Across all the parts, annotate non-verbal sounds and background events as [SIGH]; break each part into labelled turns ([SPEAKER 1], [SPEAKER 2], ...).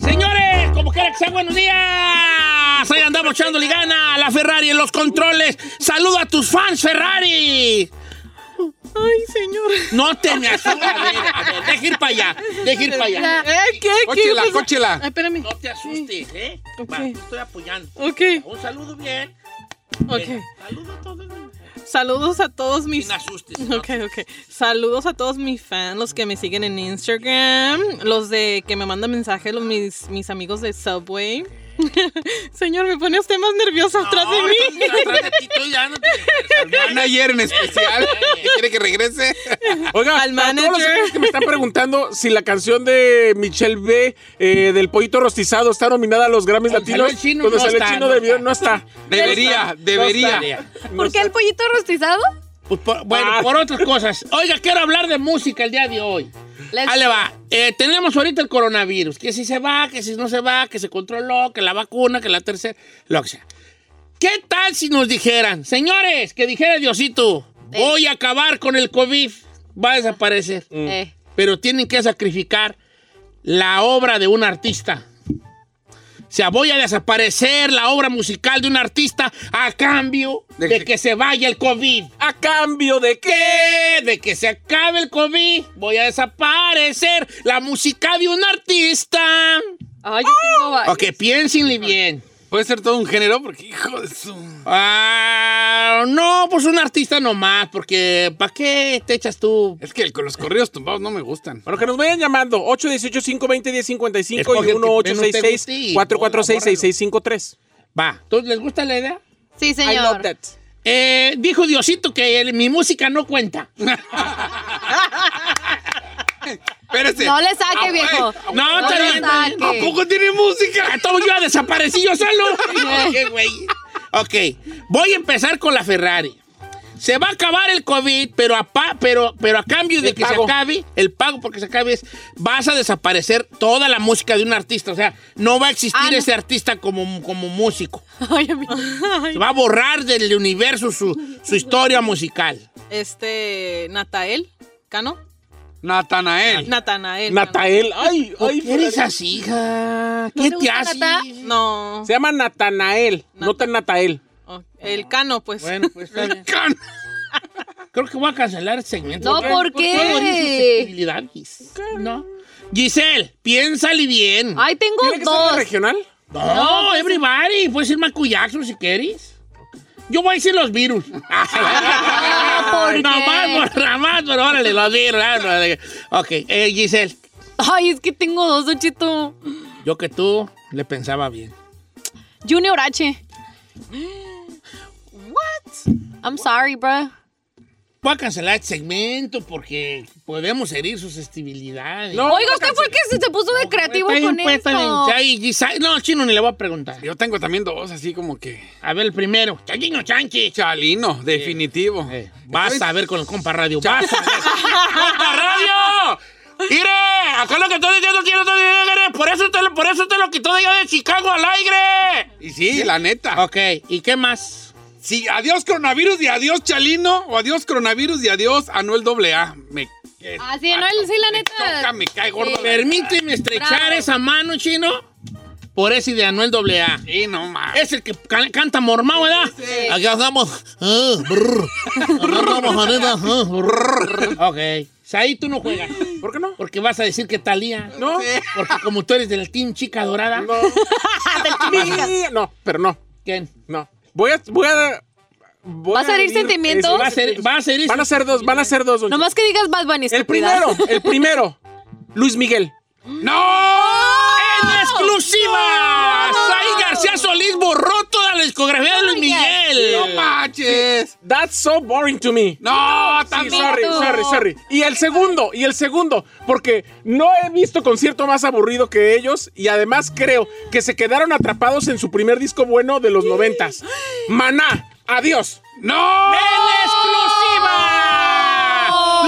[SPEAKER 1] Señores, como quiera que sea, buenos días. Ahí andamos echándole gana a la Ferrari en los controles. Saluda a tus fans, Ferrari.
[SPEAKER 2] Ay, señor.
[SPEAKER 1] No te me asustes. A ver, a ver, deja ir para allá. Deja ir para allá.
[SPEAKER 2] Eh, [LAUGHS] ¿Qué?
[SPEAKER 3] Cóchela,
[SPEAKER 2] ¿Qué pasó?
[SPEAKER 3] cóchela.
[SPEAKER 2] Ah, espérame.
[SPEAKER 1] No te asustes, ¿eh?
[SPEAKER 2] Ok.
[SPEAKER 1] Va, te estoy apoyando.
[SPEAKER 2] Ok,
[SPEAKER 1] Un saludo bien.
[SPEAKER 2] ok.
[SPEAKER 1] Saludo a todos.
[SPEAKER 2] Saludos a todos mis...
[SPEAKER 1] Sin asustes. ¿no?
[SPEAKER 2] [LAUGHS] Ok, ok. Saludos a todos mis fans, los que me siguen en Instagram, los de que me mandan mensajes, los mis, mis amigos de Subway. [LAUGHS] Señor, me pone usted más nerviosa atrás de
[SPEAKER 1] No,
[SPEAKER 2] mí.
[SPEAKER 1] estoy atrás de ti, estoy dándote.
[SPEAKER 3] Manager en especial. ¿Que ¿Quiere que regrese?
[SPEAKER 4] Oiga,
[SPEAKER 2] Al
[SPEAKER 4] para todos los
[SPEAKER 2] manager.
[SPEAKER 4] amigos que me están preguntando si la canción de Michelle B eh, del pollito rostizado está nominada a los Grammys
[SPEAKER 1] Cuando
[SPEAKER 4] Latinos.
[SPEAKER 1] salió el chino,
[SPEAKER 4] Cuando
[SPEAKER 1] no
[SPEAKER 4] salió el
[SPEAKER 1] está,
[SPEAKER 4] chino
[SPEAKER 1] no
[SPEAKER 4] de video,
[SPEAKER 1] está.
[SPEAKER 4] no está.
[SPEAKER 3] Debería, debería.
[SPEAKER 5] ¿Por qué el pollito rostizado?
[SPEAKER 1] Pues por- bueno,
[SPEAKER 4] Ah.
[SPEAKER 1] por otras cosas. Oiga, quiero hablar de música el día de hoy.
[SPEAKER 5] Let's-
[SPEAKER 1] Ahí le va. Eh, tenemos ahorita el coronavirus. Que si se va, que si no se va, que se controló, que la vacuna, que la tercera, lo que sea. ¿Qué tal si nos dijeran, señores, que dijera Diosito,
[SPEAKER 5] Eh.
[SPEAKER 1] voy a acabar con el COVID, va a desaparecer?
[SPEAKER 2] [LAUGHS]
[SPEAKER 5] Eh,
[SPEAKER 1] pero tienen que sacrificar la obra de un artista. O sea, voy a desaparecer la obra musical de un artista a cambio
[SPEAKER 3] De
[SPEAKER 1] de
[SPEAKER 3] que-
[SPEAKER 1] que se vaya el COVID.
[SPEAKER 4] ¿A cambio de qué?
[SPEAKER 1] Eh, De que se acabe el COVID, voy a desaparecer la música de un artista.
[SPEAKER 5] Ay, yo tengo varios.
[SPEAKER 1] Ok, piénsenle bien.
[SPEAKER 3] Puede ser todo un género porque, hijo de su.
[SPEAKER 1] Ah, no, pues un artista nomás, porque ¿para qué te echas tú?
[SPEAKER 3] Es que el- con los corridos tumbados no me gustan.
[SPEAKER 4] Bueno, que nos vayan llamando. 818-520-1055 y
[SPEAKER 1] Escoge el que menos te guste y
[SPEAKER 4] 1-866-446-6653.
[SPEAKER 1] Va, ¿tú- ¿les gusta la idea?
[SPEAKER 5] Sí,
[SPEAKER 4] I love
[SPEAKER 5] señor.
[SPEAKER 4] that.
[SPEAKER 1] Eh, dijo Diosito que el- mi música no cuenta.
[SPEAKER 3] Espérese. Ah,
[SPEAKER 5] No le saque, viejo.
[SPEAKER 1] No, está
[SPEAKER 5] le
[SPEAKER 1] bien, está bien.
[SPEAKER 5] saque.
[SPEAKER 3] Tampoco tiene música.
[SPEAKER 1] A todo yo ya desaparecí yo solo. [LAUGHS] Qué güey. Ok, voy a empezar con la Ferrari. Se va a acabar el COVID, pero a, pa- pero, pero a cambio de
[SPEAKER 4] El
[SPEAKER 1] que
[SPEAKER 4] pago.
[SPEAKER 1] se acabe, el pago porque se acabe es, vas a desaparecer toda la música de un artista. O sea, no va a existir
[SPEAKER 5] Ah, no.
[SPEAKER 1] ese artista como, como músico.
[SPEAKER 5] [LAUGHS] Ay, a mí.
[SPEAKER 1] Se va a borrar del universo su, su historia musical.
[SPEAKER 2] Este, Natael, ¿Cano?
[SPEAKER 3] Natanael.
[SPEAKER 2] Natanael. Cano.
[SPEAKER 4] Natael. Ay,
[SPEAKER 1] ¿Por
[SPEAKER 4] ay.
[SPEAKER 1] qué eres así, hija?
[SPEAKER 5] ¿No
[SPEAKER 1] ¿Qué
[SPEAKER 5] te
[SPEAKER 1] te
[SPEAKER 5] gusta,
[SPEAKER 1] hace?
[SPEAKER 5] Nata?
[SPEAKER 2] No,
[SPEAKER 4] Se llama Natanael, no tan Natael.
[SPEAKER 2] oh, el Cano, pues.
[SPEAKER 1] Bueno, pues
[SPEAKER 2] [LAUGHS]
[SPEAKER 1] está bien.
[SPEAKER 3] Can-
[SPEAKER 1] Creo que voy a cancelar el segmento.
[SPEAKER 5] No, ¿por
[SPEAKER 1] Todo es
[SPEAKER 5] qué?
[SPEAKER 1] susceptibilidad, Gis. No. Giselle, piénsale bien.
[SPEAKER 5] Ay, pues tengo
[SPEAKER 4] ¿Tiene que ser la
[SPEAKER 5] dos.
[SPEAKER 4] regional?
[SPEAKER 1] no, everybody. Puedes ir Michael Jackson si quieres. Yo voy a decir los
[SPEAKER 5] [LAUGHS]
[SPEAKER 1] virus.
[SPEAKER 5] Ah,
[SPEAKER 1] Ah,
[SPEAKER 5] ¿por qué?
[SPEAKER 1] Nomás, por nomás, pero órale, los virus. ah, órale. Ok, eh, Giselle,
[SPEAKER 5] Ay, es que tengo dos, Don Cheto.
[SPEAKER 1] yo que tú le pensaba bien.
[SPEAKER 5] Junior H. What? I'm sorry, bro.
[SPEAKER 1] Voy a cancelar el segmento porque podemos herir sus estibilidades.
[SPEAKER 4] No,
[SPEAKER 5] Oiga, ¿usted fue el que se, se puso de creativo
[SPEAKER 1] Está bien,
[SPEAKER 5] con
[SPEAKER 1] pues, está bien.
[SPEAKER 5] esto?
[SPEAKER 1] Ya, y Giselle- No, al chino ni le voy a preguntar.
[SPEAKER 3] Yo tengo también dos, así como que.
[SPEAKER 1] A ver, el primero. Chino Chanchi.
[SPEAKER 3] Chalino, definitivo.
[SPEAKER 1] Eh, vas a ver con el compa radio.
[SPEAKER 3] Chao.
[SPEAKER 1] Vas a ver. ¡Compa radio! ¡Mire! Acá lo que estoy diciendo quiero estoy diciendo, por eso te lo, por eso te lo quitó de allá de Chicago al aire.
[SPEAKER 3] Y sí, la neta.
[SPEAKER 1] Ok, ¿y qué más?
[SPEAKER 3] Sí, adiós coronavirus y adiós Chalino. O adiós coronavirus y adiós Anuel AA. Me. eh,
[SPEAKER 5] Ah, sí, no, él sí, la
[SPEAKER 3] me
[SPEAKER 5] neta.
[SPEAKER 3] toca, me cae gordo.
[SPEAKER 5] Sí.
[SPEAKER 1] Permíteme estrechar
[SPEAKER 5] Bravo.
[SPEAKER 1] esa mano, chino, por ese de Anuel AA.
[SPEAKER 3] Sí, no mames.
[SPEAKER 1] Es el que can- canta mormao, ¿verdad? Aquí andamos. Ah, brr. Aquí andamos, Aneta. Ah, brr. Ok. Ahí tú no juegas.
[SPEAKER 4] ¿Por qué no?
[SPEAKER 1] Porque vas a decir que Talía.
[SPEAKER 4] No.
[SPEAKER 1] Porque como tú eres del Team Chica Dorada.
[SPEAKER 4] Mi- No, pero no.
[SPEAKER 1] ¿Quién?
[SPEAKER 4] No. Voy a. Voy a voy
[SPEAKER 5] ¿Va a salir
[SPEAKER 4] herir-
[SPEAKER 5] sentimientos?
[SPEAKER 4] este,
[SPEAKER 1] Va a ser, va a ser
[SPEAKER 4] Van a ser dos, van a ser dos. don
[SPEAKER 5] Nomás que digas Bad Bunny.
[SPEAKER 4] El
[SPEAKER 5] estúpida.
[SPEAKER 4] primero, pues, el primero. Luis Miguel.
[SPEAKER 3] ¡No!
[SPEAKER 1] ¡En exclusiva! Saí García Solís borró toda la discografía de Luis
[SPEAKER 5] Ay, yes.
[SPEAKER 1] Miguel.
[SPEAKER 3] ¡No manches!
[SPEAKER 4] That's so boring to me.
[SPEAKER 3] ¡No!
[SPEAKER 4] Sí,
[SPEAKER 3] ¡También!
[SPEAKER 4] sorry,
[SPEAKER 5] tú.
[SPEAKER 4] sorry, sorry. Y el segundo, y el segundo, porque no he visto concierto más aburrido que ellos y además creo que se quedaron atrapados en su primer disco bueno de los noventas. Maná, adiós.
[SPEAKER 3] ¡No!
[SPEAKER 1] ¡En exclusiva!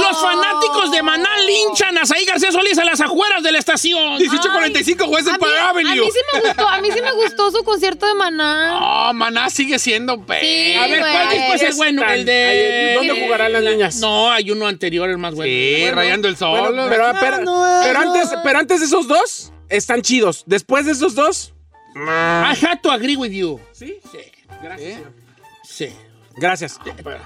[SPEAKER 1] Los fanáticos Hijos de Manal linchan a Saí García Solís a las afueras de la estación.
[SPEAKER 3] 1845 West
[SPEAKER 5] A mí,
[SPEAKER 3] Empire
[SPEAKER 5] a
[SPEAKER 3] Avenue.
[SPEAKER 5] mí sí me gustó, a mí sí me gustó su concierto de Maná.
[SPEAKER 3] Oh, maná sigue siendo pe.
[SPEAKER 5] Sí,
[SPEAKER 1] A ver, ¿cuál
[SPEAKER 5] güey.
[SPEAKER 1] después es bueno? El de...
[SPEAKER 4] Ay, ¿Dónde jugarán las niñas?
[SPEAKER 1] No, hay uno anterior, el más bueno.
[SPEAKER 3] Sí, rayando el sol.
[SPEAKER 4] Bueno, pero, pero- pero antes, pero antes de esos dos, están chidos. Después de esos dos,
[SPEAKER 1] I had to agree with you.
[SPEAKER 4] sí.
[SPEAKER 1] Sí,
[SPEAKER 4] Gracias.
[SPEAKER 1] sí.
[SPEAKER 4] Gracias.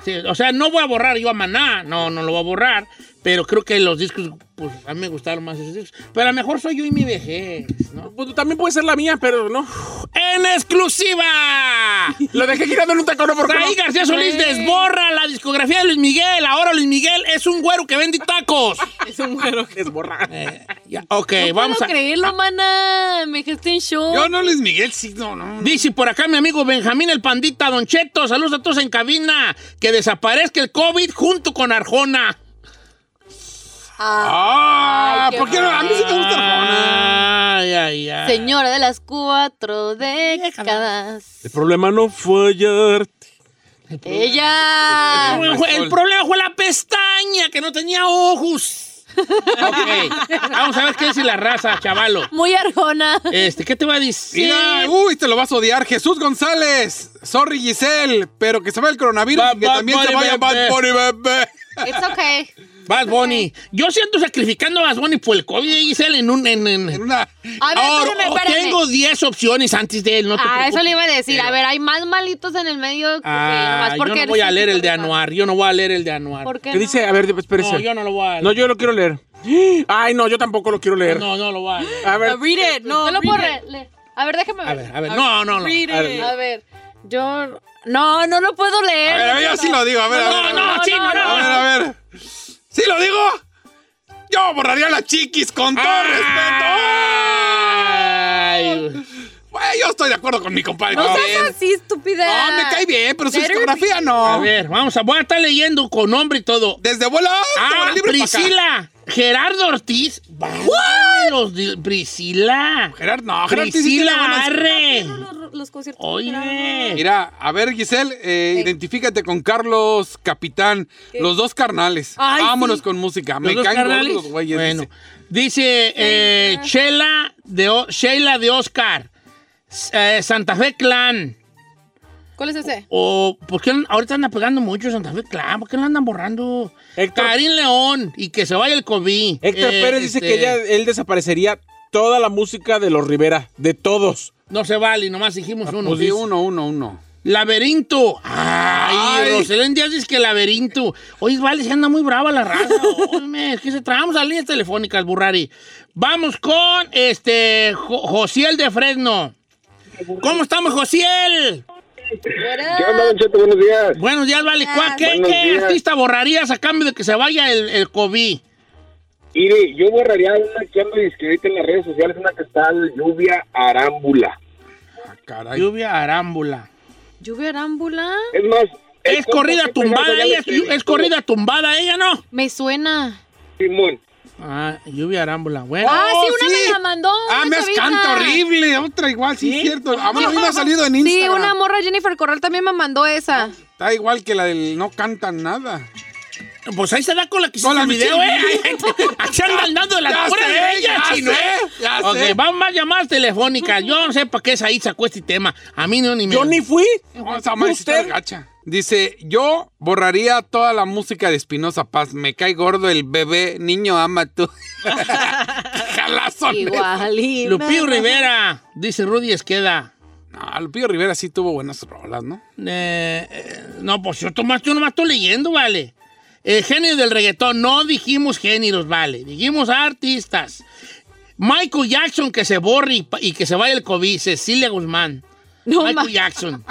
[SPEAKER 1] Sí, o sea, no voy a borrar yo a Maná, no, no lo voy a borrar, pero creo que los discos, pues a mí me gustaron más esos discos. Pero a lo mejor soy yo y mi vejez, ¿no?
[SPEAKER 4] Pues, también puede ser la mía, pero no.
[SPEAKER 1] ¡En exclusiva!
[SPEAKER 4] Lo dejé girando en un tacón porque
[SPEAKER 1] Raí
[SPEAKER 4] [LAUGHS] no.
[SPEAKER 1] García Solís desborra la discografía de Luis Miguel. Ahora Luis Miguel es un güero que vende tacos.
[SPEAKER 2] Es un güero.
[SPEAKER 4] Es borrar.
[SPEAKER 1] Eh, ya, ok,
[SPEAKER 5] no
[SPEAKER 1] vamos
[SPEAKER 5] puedo
[SPEAKER 1] a...
[SPEAKER 5] creerlo, maná. Me dejaste en shock.
[SPEAKER 3] Yo no, Luis Miguel, sí, no, no. no.
[SPEAKER 1] Dice por acá mi amigo Benjamín el Pandita, Don Cheto, saludos a todos en cabina. Que desaparezca el COVID junto con Arjona.
[SPEAKER 3] Ah,
[SPEAKER 5] Ay,
[SPEAKER 3] ¿por qué
[SPEAKER 5] qué
[SPEAKER 3] no? A mí sí te gusta Arjona.
[SPEAKER 1] Ay, ay, ay.
[SPEAKER 5] Señora de las cuatro décadas.
[SPEAKER 4] El problema no fue ayer.
[SPEAKER 5] Ella.
[SPEAKER 1] El, el problema fue la pestaña, que no tenía ojos. Ok, vamos a ver qué dice la raza, chavalo.
[SPEAKER 5] Muy arjona.
[SPEAKER 1] Este, ¿qué te va a decir?
[SPEAKER 3] Mira, uy, te lo vas a odiar. Jesús González. Sorry, Giselle. Pero que se vaya el coronavirus
[SPEAKER 1] Bad-
[SPEAKER 3] y que
[SPEAKER 1] Bad
[SPEAKER 3] también se
[SPEAKER 1] Bunny,
[SPEAKER 3] vaya
[SPEAKER 1] bebé.
[SPEAKER 3] Bad Bunny, bebé. [LAUGHS]
[SPEAKER 5] It's okay.
[SPEAKER 1] Bad Bunny. Yo siento sacrificando a Bad Bunny por el COVID y Giselle en un... En, en-
[SPEAKER 3] Una-
[SPEAKER 5] A ver,
[SPEAKER 1] Ahora,
[SPEAKER 5] espérame,
[SPEAKER 1] oh,
[SPEAKER 5] espérame.
[SPEAKER 1] tengo 10 opciones antes de él, no te
[SPEAKER 5] Ah, eso
[SPEAKER 1] preocupes.
[SPEAKER 5] le iba a decir. A ver, hay más malitos en el medio. que-
[SPEAKER 1] Ah,
[SPEAKER 5] más
[SPEAKER 1] yo
[SPEAKER 5] porque
[SPEAKER 1] no voy
[SPEAKER 5] eres
[SPEAKER 1] a leer el de
[SPEAKER 5] anticuerpa.
[SPEAKER 1] Anuar, yo no voy a leer el de Anuar.
[SPEAKER 5] ¿Por qué?
[SPEAKER 4] ¿Qué
[SPEAKER 5] no?
[SPEAKER 4] dice? A ver, espérese.
[SPEAKER 1] No, yo no lo voy a leer.
[SPEAKER 4] No, yo lo quiero leer. Ay, no, yo tampoco lo quiero leer.
[SPEAKER 1] No, no lo voy a leer.
[SPEAKER 4] A ver,
[SPEAKER 2] Read it. No,
[SPEAKER 5] No lo
[SPEAKER 2] read
[SPEAKER 5] puedo
[SPEAKER 2] it.
[SPEAKER 5] re- leer. A ver, déjame
[SPEAKER 1] A
[SPEAKER 5] ver.
[SPEAKER 1] ver, a ver, no, no, no.
[SPEAKER 2] Read it.
[SPEAKER 5] A ver, yo. No, no lo puedo leer.
[SPEAKER 3] A ver, a ver, yo sí lo digo. A ver, a ver.
[SPEAKER 1] No,
[SPEAKER 3] a ver.
[SPEAKER 1] no, sí, no,
[SPEAKER 3] A ver,
[SPEAKER 1] no.
[SPEAKER 3] a ver. ¿Sí lo digo? Yo borraría las chiquis con todo
[SPEAKER 1] Ah. Ay,
[SPEAKER 3] respeto. Güey, yo estoy de acuerdo con mi compadre.
[SPEAKER 5] No
[SPEAKER 3] también.
[SPEAKER 5] seas así, estúpida.
[SPEAKER 3] No, me cae bien, pero su
[SPEAKER 5] Better
[SPEAKER 3] discografía
[SPEAKER 1] A
[SPEAKER 3] no.
[SPEAKER 1] ver, vamos a, voy a estar leyendo con nombre y todo.
[SPEAKER 3] Desde bola alta, bola
[SPEAKER 1] Ah,
[SPEAKER 3] libre pa' acá.
[SPEAKER 1] Priscila. Gerardo Ortiz. Los di- Priscila.
[SPEAKER 3] Gerard, no, Gerard sí tiene
[SPEAKER 1] Priscila
[SPEAKER 3] buenas-
[SPEAKER 1] Arre.
[SPEAKER 5] Los, los conciertos.
[SPEAKER 1] Oye.
[SPEAKER 3] Mira, a ver, Giselle, eh, identifícate con Carlos Capitán, los dos carnales.
[SPEAKER 5] Ay,
[SPEAKER 3] Vámonos
[SPEAKER 5] sí.
[SPEAKER 3] con música. Me
[SPEAKER 1] ¿Los dos
[SPEAKER 3] caen
[SPEAKER 1] carnales?
[SPEAKER 3] gordos los güeyes.
[SPEAKER 1] Bueno,
[SPEAKER 3] dice.
[SPEAKER 1] dice eh, Sheila, de, O- Sheila de Oscar. S- eh, Santa Fe Clan.
[SPEAKER 5] ¿Cuál es ese?
[SPEAKER 1] O, ¿por qué ahorita anda pegando mucho Santa Fe Clan? ¿Por qué lo andan borrando?
[SPEAKER 4] Héctor-
[SPEAKER 1] Karim León y que se vaya el COVID.
[SPEAKER 4] Héctor
[SPEAKER 1] Eh,
[SPEAKER 4] Pérez dice
[SPEAKER 1] este,
[SPEAKER 4] que ella, él desaparecería toda la música de los Rivera, de todos.
[SPEAKER 1] No se vale, nomás dijimos uno.
[SPEAKER 3] Pues di uno, uno, uno.
[SPEAKER 1] Laberinto. Ay,
[SPEAKER 3] Ay.
[SPEAKER 1] Roselén Díaz dice que laberinto. Oye, vale, se anda muy brava la raza. Óyeme, es que se trabamos a líneas telefónicas, Burrari. Vamos con este Jo- Josiel de Fresno. ¿Cómo estamos, Josiel?
[SPEAKER 6] ¿Qué onda, Don Cheto? Buenos días.
[SPEAKER 1] Buenos días, vale. ¿Cuá- ¿Qué,
[SPEAKER 6] Buenos
[SPEAKER 1] qué
[SPEAKER 6] días.
[SPEAKER 1] artista borrarías a cambio de que se vaya el, el COVID?
[SPEAKER 6] Mire, yo borraría una que ando inscrita en las redes sociales, una que está Lluvia Arámbula.
[SPEAKER 3] Ah, caray.
[SPEAKER 1] Lluvia arámbula.
[SPEAKER 5] ¿Lluvia arámbula?
[SPEAKER 6] Es más...
[SPEAKER 1] Es
[SPEAKER 6] como
[SPEAKER 1] corrida
[SPEAKER 6] que pegado,
[SPEAKER 1] tumbada,
[SPEAKER 6] pues, ya
[SPEAKER 1] ella
[SPEAKER 6] lo
[SPEAKER 1] es,
[SPEAKER 6] sé.
[SPEAKER 1] es corrida tumbada, ella no.
[SPEAKER 5] Me suena.
[SPEAKER 6] Simón.
[SPEAKER 1] Ah, lluvia arámbula. Bueno.
[SPEAKER 5] ah, sí, una
[SPEAKER 3] Oh, sí.
[SPEAKER 5] me la mandó.
[SPEAKER 3] Ah,
[SPEAKER 5] una
[SPEAKER 3] me has
[SPEAKER 5] chavita.
[SPEAKER 3] canta horrible. Otra igual, sí, es cierto. Ah, bueno, a mí me ha salido en Instagram.
[SPEAKER 5] Sí, una morra Jennifer Corral también me mandó esa.
[SPEAKER 3] Está igual que la del no cantan nada.
[SPEAKER 1] Pues ahí se da con la que hiciste
[SPEAKER 3] Con la
[SPEAKER 1] el video, ¿eh?
[SPEAKER 3] Michelle.
[SPEAKER 1] Ahí se andan dando las
[SPEAKER 3] [LAUGHS] Ya
[SPEAKER 1] puras
[SPEAKER 3] sé,
[SPEAKER 1] de ella,
[SPEAKER 3] ya
[SPEAKER 1] chino,
[SPEAKER 3] sé,
[SPEAKER 1] ¿eh?
[SPEAKER 3] ya
[SPEAKER 1] Ok,
[SPEAKER 3] sé.
[SPEAKER 1] vamos más llamadas telefónicas. Yo no sé para qué ahí sacó este tema. A mí no ni me...
[SPEAKER 4] Yo ni fui.
[SPEAKER 3] No, esa madre sí está
[SPEAKER 4] Usted.
[SPEAKER 3] gacha. Dice, yo borraría toda la música de Espinosa Paz. Me cae gordo el bebé, niño ama tú. Jalazón.
[SPEAKER 5] [LAUGHS] Igual. y-
[SPEAKER 1] Lupillo Rivera, dice Rudy Esqueda.
[SPEAKER 3] No, Lupillo Rivera sí tuvo buenas rolas, ¿no?
[SPEAKER 1] Eh, eh, no, pues yo, tomás, yo nomás estoy leyendo, vale. El género del reggaetón, no dijimos géneros, vale. Dijimos artistas. Michael Jackson, que se borre y, pa- y que se vaya el COVID. Cecilia Guzmán.
[SPEAKER 5] No,
[SPEAKER 1] Michael
[SPEAKER 5] ma-
[SPEAKER 1] Jackson.
[SPEAKER 5] [LAUGHS]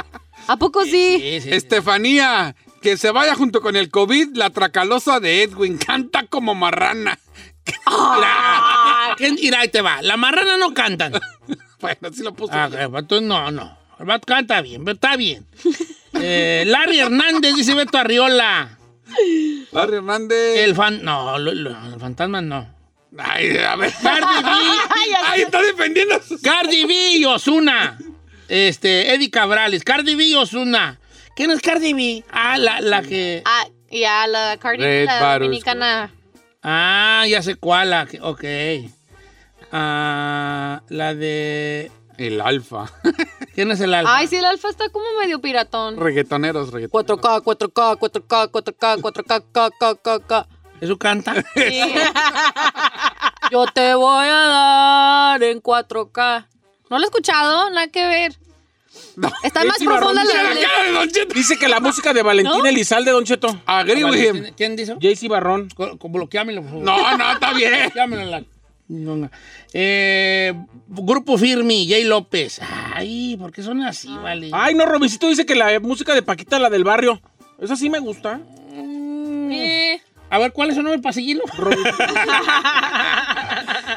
[SPEAKER 5] ¿A poco sí?
[SPEAKER 1] Sí, sí, sí.
[SPEAKER 3] Este Estefanía, que se vaya junto con el COVID la tracalosa de Edwin. Canta como marrana. [LAUGHS]
[SPEAKER 1] La- ¿Quién- Ah, Mira, ahí te va. La marrana no cantan.
[SPEAKER 3] bueno, así lo puso.
[SPEAKER 1] Ah, el vato no, no. El vato canta bien, pero está bien. Eh, Larry Hernández dice Beto Arriola.
[SPEAKER 3] Larry Hernández.
[SPEAKER 1] El fan. No, lo- lo- el fantasma no.
[SPEAKER 3] Ay, a ver.
[SPEAKER 1] [LAUGHS] Cardi B.
[SPEAKER 3] Ay, está defendiendo. sus-
[SPEAKER 1] Cardi B y Osuna. Este, Eddie Cabrales. Cardi B y Osuna. ¿Quién es Cardi B? Ah, la, la que.
[SPEAKER 5] Ah, y a la Cardi,
[SPEAKER 3] Red
[SPEAKER 5] la
[SPEAKER 3] Barus.
[SPEAKER 5] dominicana.
[SPEAKER 1] Ah, ya sé cuál. la que- Ok. Ah, la de...
[SPEAKER 3] El alfa.
[SPEAKER 1] ¿Quién es el alfa?
[SPEAKER 5] Ay, sí, el alfa está como medio piratón.
[SPEAKER 3] Reggaetoneros, reggaetoneros.
[SPEAKER 5] 4K, 4K, 4K, 4K, 4K, K, K, K, K.
[SPEAKER 1] ¿Eso canta?
[SPEAKER 3] [LAUGHS]
[SPEAKER 5] Sí. Yo te voy a dar en 4K. ¿No lo he escuchado? Nada que ver. Está más
[SPEAKER 4] Etsy Barrón
[SPEAKER 5] profunda la
[SPEAKER 4] dice,
[SPEAKER 5] letra.
[SPEAKER 4] Dice que la música de Valentín
[SPEAKER 5] ¿No?
[SPEAKER 4] Elizalde, Don Cheto.
[SPEAKER 3] Agree with him.
[SPEAKER 1] ¿Quién- ¿Quién dice?
[SPEAKER 4] JC Barrón.
[SPEAKER 1] Co- co- Bloqueámelo, por favor.
[SPEAKER 3] No, no, está bien.
[SPEAKER 1] Bloqueámelo en la... ñonga. Eh, Grupo Firmi, Jay López. Ay, ¿por qué son así,
[SPEAKER 5] Ah.
[SPEAKER 1] vale?
[SPEAKER 4] Ay, no, Robicito dice que la música de Paquita, la del barrio. Esa sí me gusta.
[SPEAKER 5] Eh,
[SPEAKER 1] A ver, ¿cuál es su nombre para
[SPEAKER 5] [LAUGHS]
[SPEAKER 1] seguirlo? ok,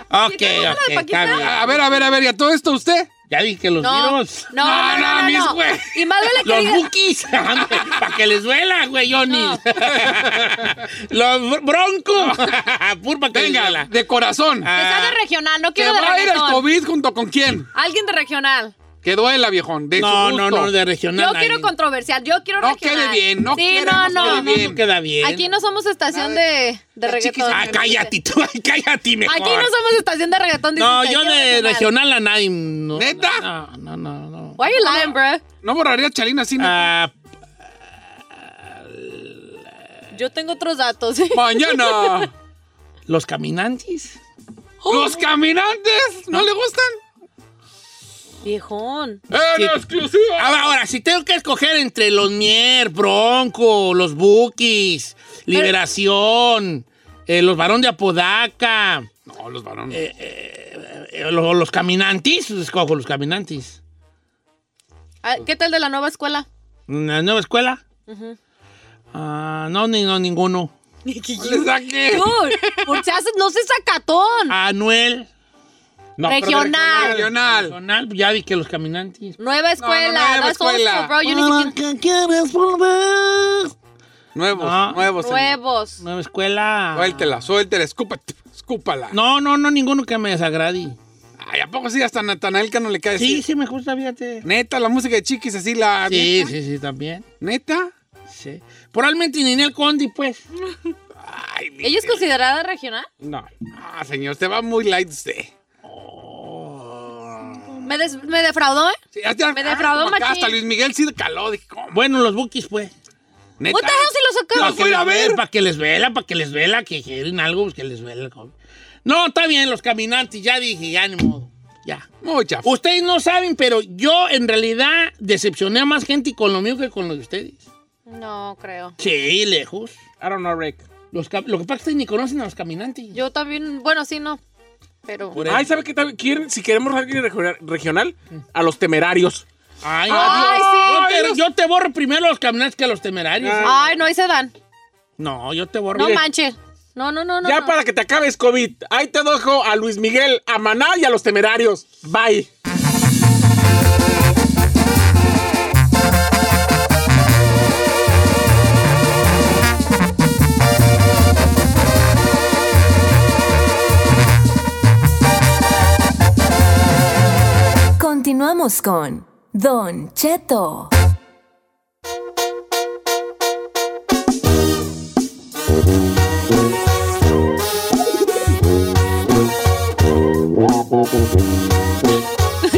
[SPEAKER 1] ok,
[SPEAKER 5] la de
[SPEAKER 1] está
[SPEAKER 5] Paquita?
[SPEAKER 1] bien.
[SPEAKER 3] A ver, a ver, a ver, ¿y a todo esto usted?
[SPEAKER 1] Ya dije que los
[SPEAKER 5] No, no,
[SPEAKER 1] virus.
[SPEAKER 5] [LAUGHS] no,
[SPEAKER 3] No, no,
[SPEAKER 5] no,
[SPEAKER 3] mis
[SPEAKER 5] no.
[SPEAKER 3] güey.
[SPEAKER 5] Y más vale que
[SPEAKER 1] Los
[SPEAKER 5] diga-
[SPEAKER 1] bookies. [LAUGHS] Para que les duela, güey, Johnny.
[SPEAKER 5] No.
[SPEAKER 1] [LAUGHS] los br- broncos. [LAUGHS] Purpa que les
[SPEAKER 3] Venga,
[SPEAKER 1] duela.
[SPEAKER 3] de corazón.
[SPEAKER 1] Ah,
[SPEAKER 5] que sea de regional, no
[SPEAKER 3] ¿Que
[SPEAKER 5] quiero de
[SPEAKER 3] Ah, va a ir al
[SPEAKER 5] reggaetón.
[SPEAKER 3] COVID junto con quién?
[SPEAKER 5] Alguien de regional.
[SPEAKER 3] Que duela, viejón. De
[SPEAKER 1] No,
[SPEAKER 3] su
[SPEAKER 1] no,
[SPEAKER 3] gusto.
[SPEAKER 1] no, de regional.
[SPEAKER 5] Yo quiero
[SPEAKER 1] ahí.
[SPEAKER 5] controversial, yo quiero
[SPEAKER 3] No
[SPEAKER 5] regional.
[SPEAKER 3] quede bien, no
[SPEAKER 5] Sí,
[SPEAKER 3] quiere, no
[SPEAKER 5] no,
[SPEAKER 3] quede
[SPEAKER 5] no.
[SPEAKER 1] No, no
[SPEAKER 3] bien.
[SPEAKER 1] queda bien.
[SPEAKER 5] Aquí no somos estación de, de reggaetón.
[SPEAKER 1] Ah, cállate tú, [LAUGHS] ay, cállate mejor.
[SPEAKER 5] Aquí no somos estación de reggaetón. dice
[SPEAKER 1] No,
[SPEAKER 5] usted,
[SPEAKER 1] yo de regional a nadie. No,
[SPEAKER 3] ¿Neta?
[SPEAKER 1] No, no, no. no.
[SPEAKER 5] Why you lying, bro?
[SPEAKER 3] No borraría a Chalina así. no.
[SPEAKER 1] Ah,
[SPEAKER 5] Yo tengo otros datos. [LAUGHS]
[SPEAKER 3] Mañana.
[SPEAKER 1] [LAUGHS] los caminantes. Oh.
[SPEAKER 3] Los caminantes. ¿No le gustan?
[SPEAKER 5] Viejón.
[SPEAKER 3] En exclusiva.
[SPEAKER 1] Ahora, Ah, ahora, si tengo que escoger entre los Mier, Bronco, los Bookies, Liberación, eh, los Barón de Apodaca,
[SPEAKER 3] No, los varones.
[SPEAKER 1] eh, lo- los, Caminantes, pues, escojo los Caminantes.
[SPEAKER 5] Ah, ¿Qué tal de la nueva escuela?
[SPEAKER 3] [LAUGHS]
[SPEAKER 1] ¿La nueva escuela? Ah, no, ni, no, ninguno.
[SPEAKER 3] No le saque.
[SPEAKER 5] Dude, ¿por qué haces? No seas sacatón.
[SPEAKER 3] Ah.
[SPEAKER 1] Anuel,
[SPEAKER 4] No, pero de
[SPEAKER 5] regional.
[SPEAKER 3] Regional.
[SPEAKER 1] Donal, ya vi que los Caminantes. Ah,
[SPEAKER 3] No,
[SPEAKER 5] Nueva
[SPEAKER 3] no,
[SPEAKER 5] escuela.
[SPEAKER 3] nueva
[SPEAKER 5] No, es old
[SPEAKER 3] escuela. Ah.
[SPEAKER 5] school, bro. Yo ni siquiera...
[SPEAKER 3] Nuevos,
[SPEAKER 1] No.
[SPEAKER 3] nuevos. señor.
[SPEAKER 5] Nuevos.
[SPEAKER 1] Nueva escuela.
[SPEAKER 3] Suéltela, suéltela, escúpate, escúpala.
[SPEAKER 1] No, no, no, ninguno que me desagrade.
[SPEAKER 3] Ay, ¿a poco sí? Hasta Natanael que no le cae.
[SPEAKER 1] Sí,
[SPEAKER 3] así?
[SPEAKER 1] sí, me gusta, fíjate.
[SPEAKER 3] Neta, la música de Chiquis así la.
[SPEAKER 1] Sí, sí, sí, también.
[SPEAKER 3] Neta.
[SPEAKER 1] Sí. Probablemente Ninel Condi, pues.
[SPEAKER 3] Ay, mi-
[SPEAKER 5] ¿Ella es considerada regional?
[SPEAKER 4] No.
[SPEAKER 3] Ah, señor, usted va muy light usted.
[SPEAKER 5] Me, des- me defraudó, ¿eh?
[SPEAKER 3] Sí, hasta,
[SPEAKER 5] Me defraudó,
[SPEAKER 3] como acá,
[SPEAKER 5] machín.
[SPEAKER 3] Hasta Luis Miguel sí caló. Dije, ¿cómo?
[SPEAKER 1] Bueno, los Bookies, pues.
[SPEAKER 3] Neta.
[SPEAKER 5] What the hell si lo
[SPEAKER 3] Los
[SPEAKER 5] sacaron?
[SPEAKER 3] voy a ir a ver.
[SPEAKER 1] Para que les vela, para que les vela, que quieren algo, pues que les vela. joven. No, está bien, los caminantes, ya dije, ya ni modo. Ya.
[SPEAKER 3] Mucha.
[SPEAKER 1] Ustedes no saben, pero yo en realidad decepcioné a más gente con lo mío que con lo de ustedes.
[SPEAKER 5] No, creo.
[SPEAKER 1] Sí, lejos.
[SPEAKER 4] I don't know, Rick.
[SPEAKER 1] Los cam- lo que pasa es que ustedes ni conocen a los caminantes.
[SPEAKER 5] Yo también... Bueno, sí, no. Pero...
[SPEAKER 1] Por eso.
[SPEAKER 4] Ay, ¿sabe qué? tal? ¿Quieren- si queremos a alguien regional- regional, a los temerarios.
[SPEAKER 1] Ay,
[SPEAKER 5] Ay,
[SPEAKER 1] no.
[SPEAKER 5] sí.
[SPEAKER 1] No, pero yo te borro primero a los caminantes que a los temerarios.
[SPEAKER 5] Ay, no, ahí se dan.
[SPEAKER 1] No, yo te borro.
[SPEAKER 5] No manches. No, no, no, no.
[SPEAKER 4] ya
[SPEAKER 5] no.
[SPEAKER 4] para que te acabes COVID, ahí te dejo a Luis Miguel, a Maná y a los temerarios. Bye.
[SPEAKER 7] Continuamos con Don Cheto.
[SPEAKER 5] [LAUGHS]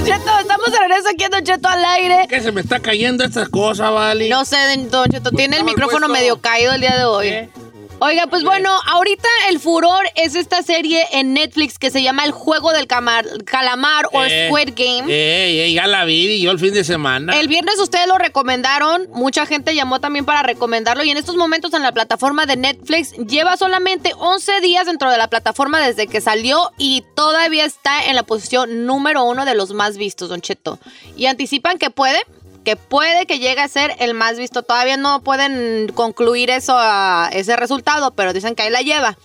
[SPEAKER 5] Cheto, estamos de regreso aquí en Don Cheto al aire.
[SPEAKER 1] que se me está cayendo estas cosas, vale.
[SPEAKER 5] No sé, Don
[SPEAKER 1] Pues
[SPEAKER 5] Cheto, tiene el
[SPEAKER 3] mal
[SPEAKER 5] micrófono
[SPEAKER 3] puesto.
[SPEAKER 5] medio caído el día de hoy.
[SPEAKER 1] ¿Eh?
[SPEAKER 5] Oiga, pues bueno, ahorita el furor es esta serie en Netflix que se llama El Juego del Camar- Calamar o
[SPEAKER 1] Eh,
[SPEAKER 5] Squid Game.
[SPEAKER 1] Ey, ey, ya la vi y yo el fin de semana.
[SPEAKER 5] El viernes ustedes lo recomendaron, mucha gente llamó también para recomendarlo y en estos momentos en la plataforma de Netflix lleva solamente 11 días dentro de la plataforma desde que salió y todavía está en la posición número uno de los más vistos, Don Cheto. Y anticipan que puede, que puede que llegue a ser el más visto. Todavía no pueden concluir eso, a- ese resultado, pero dicen que ahí la lleva.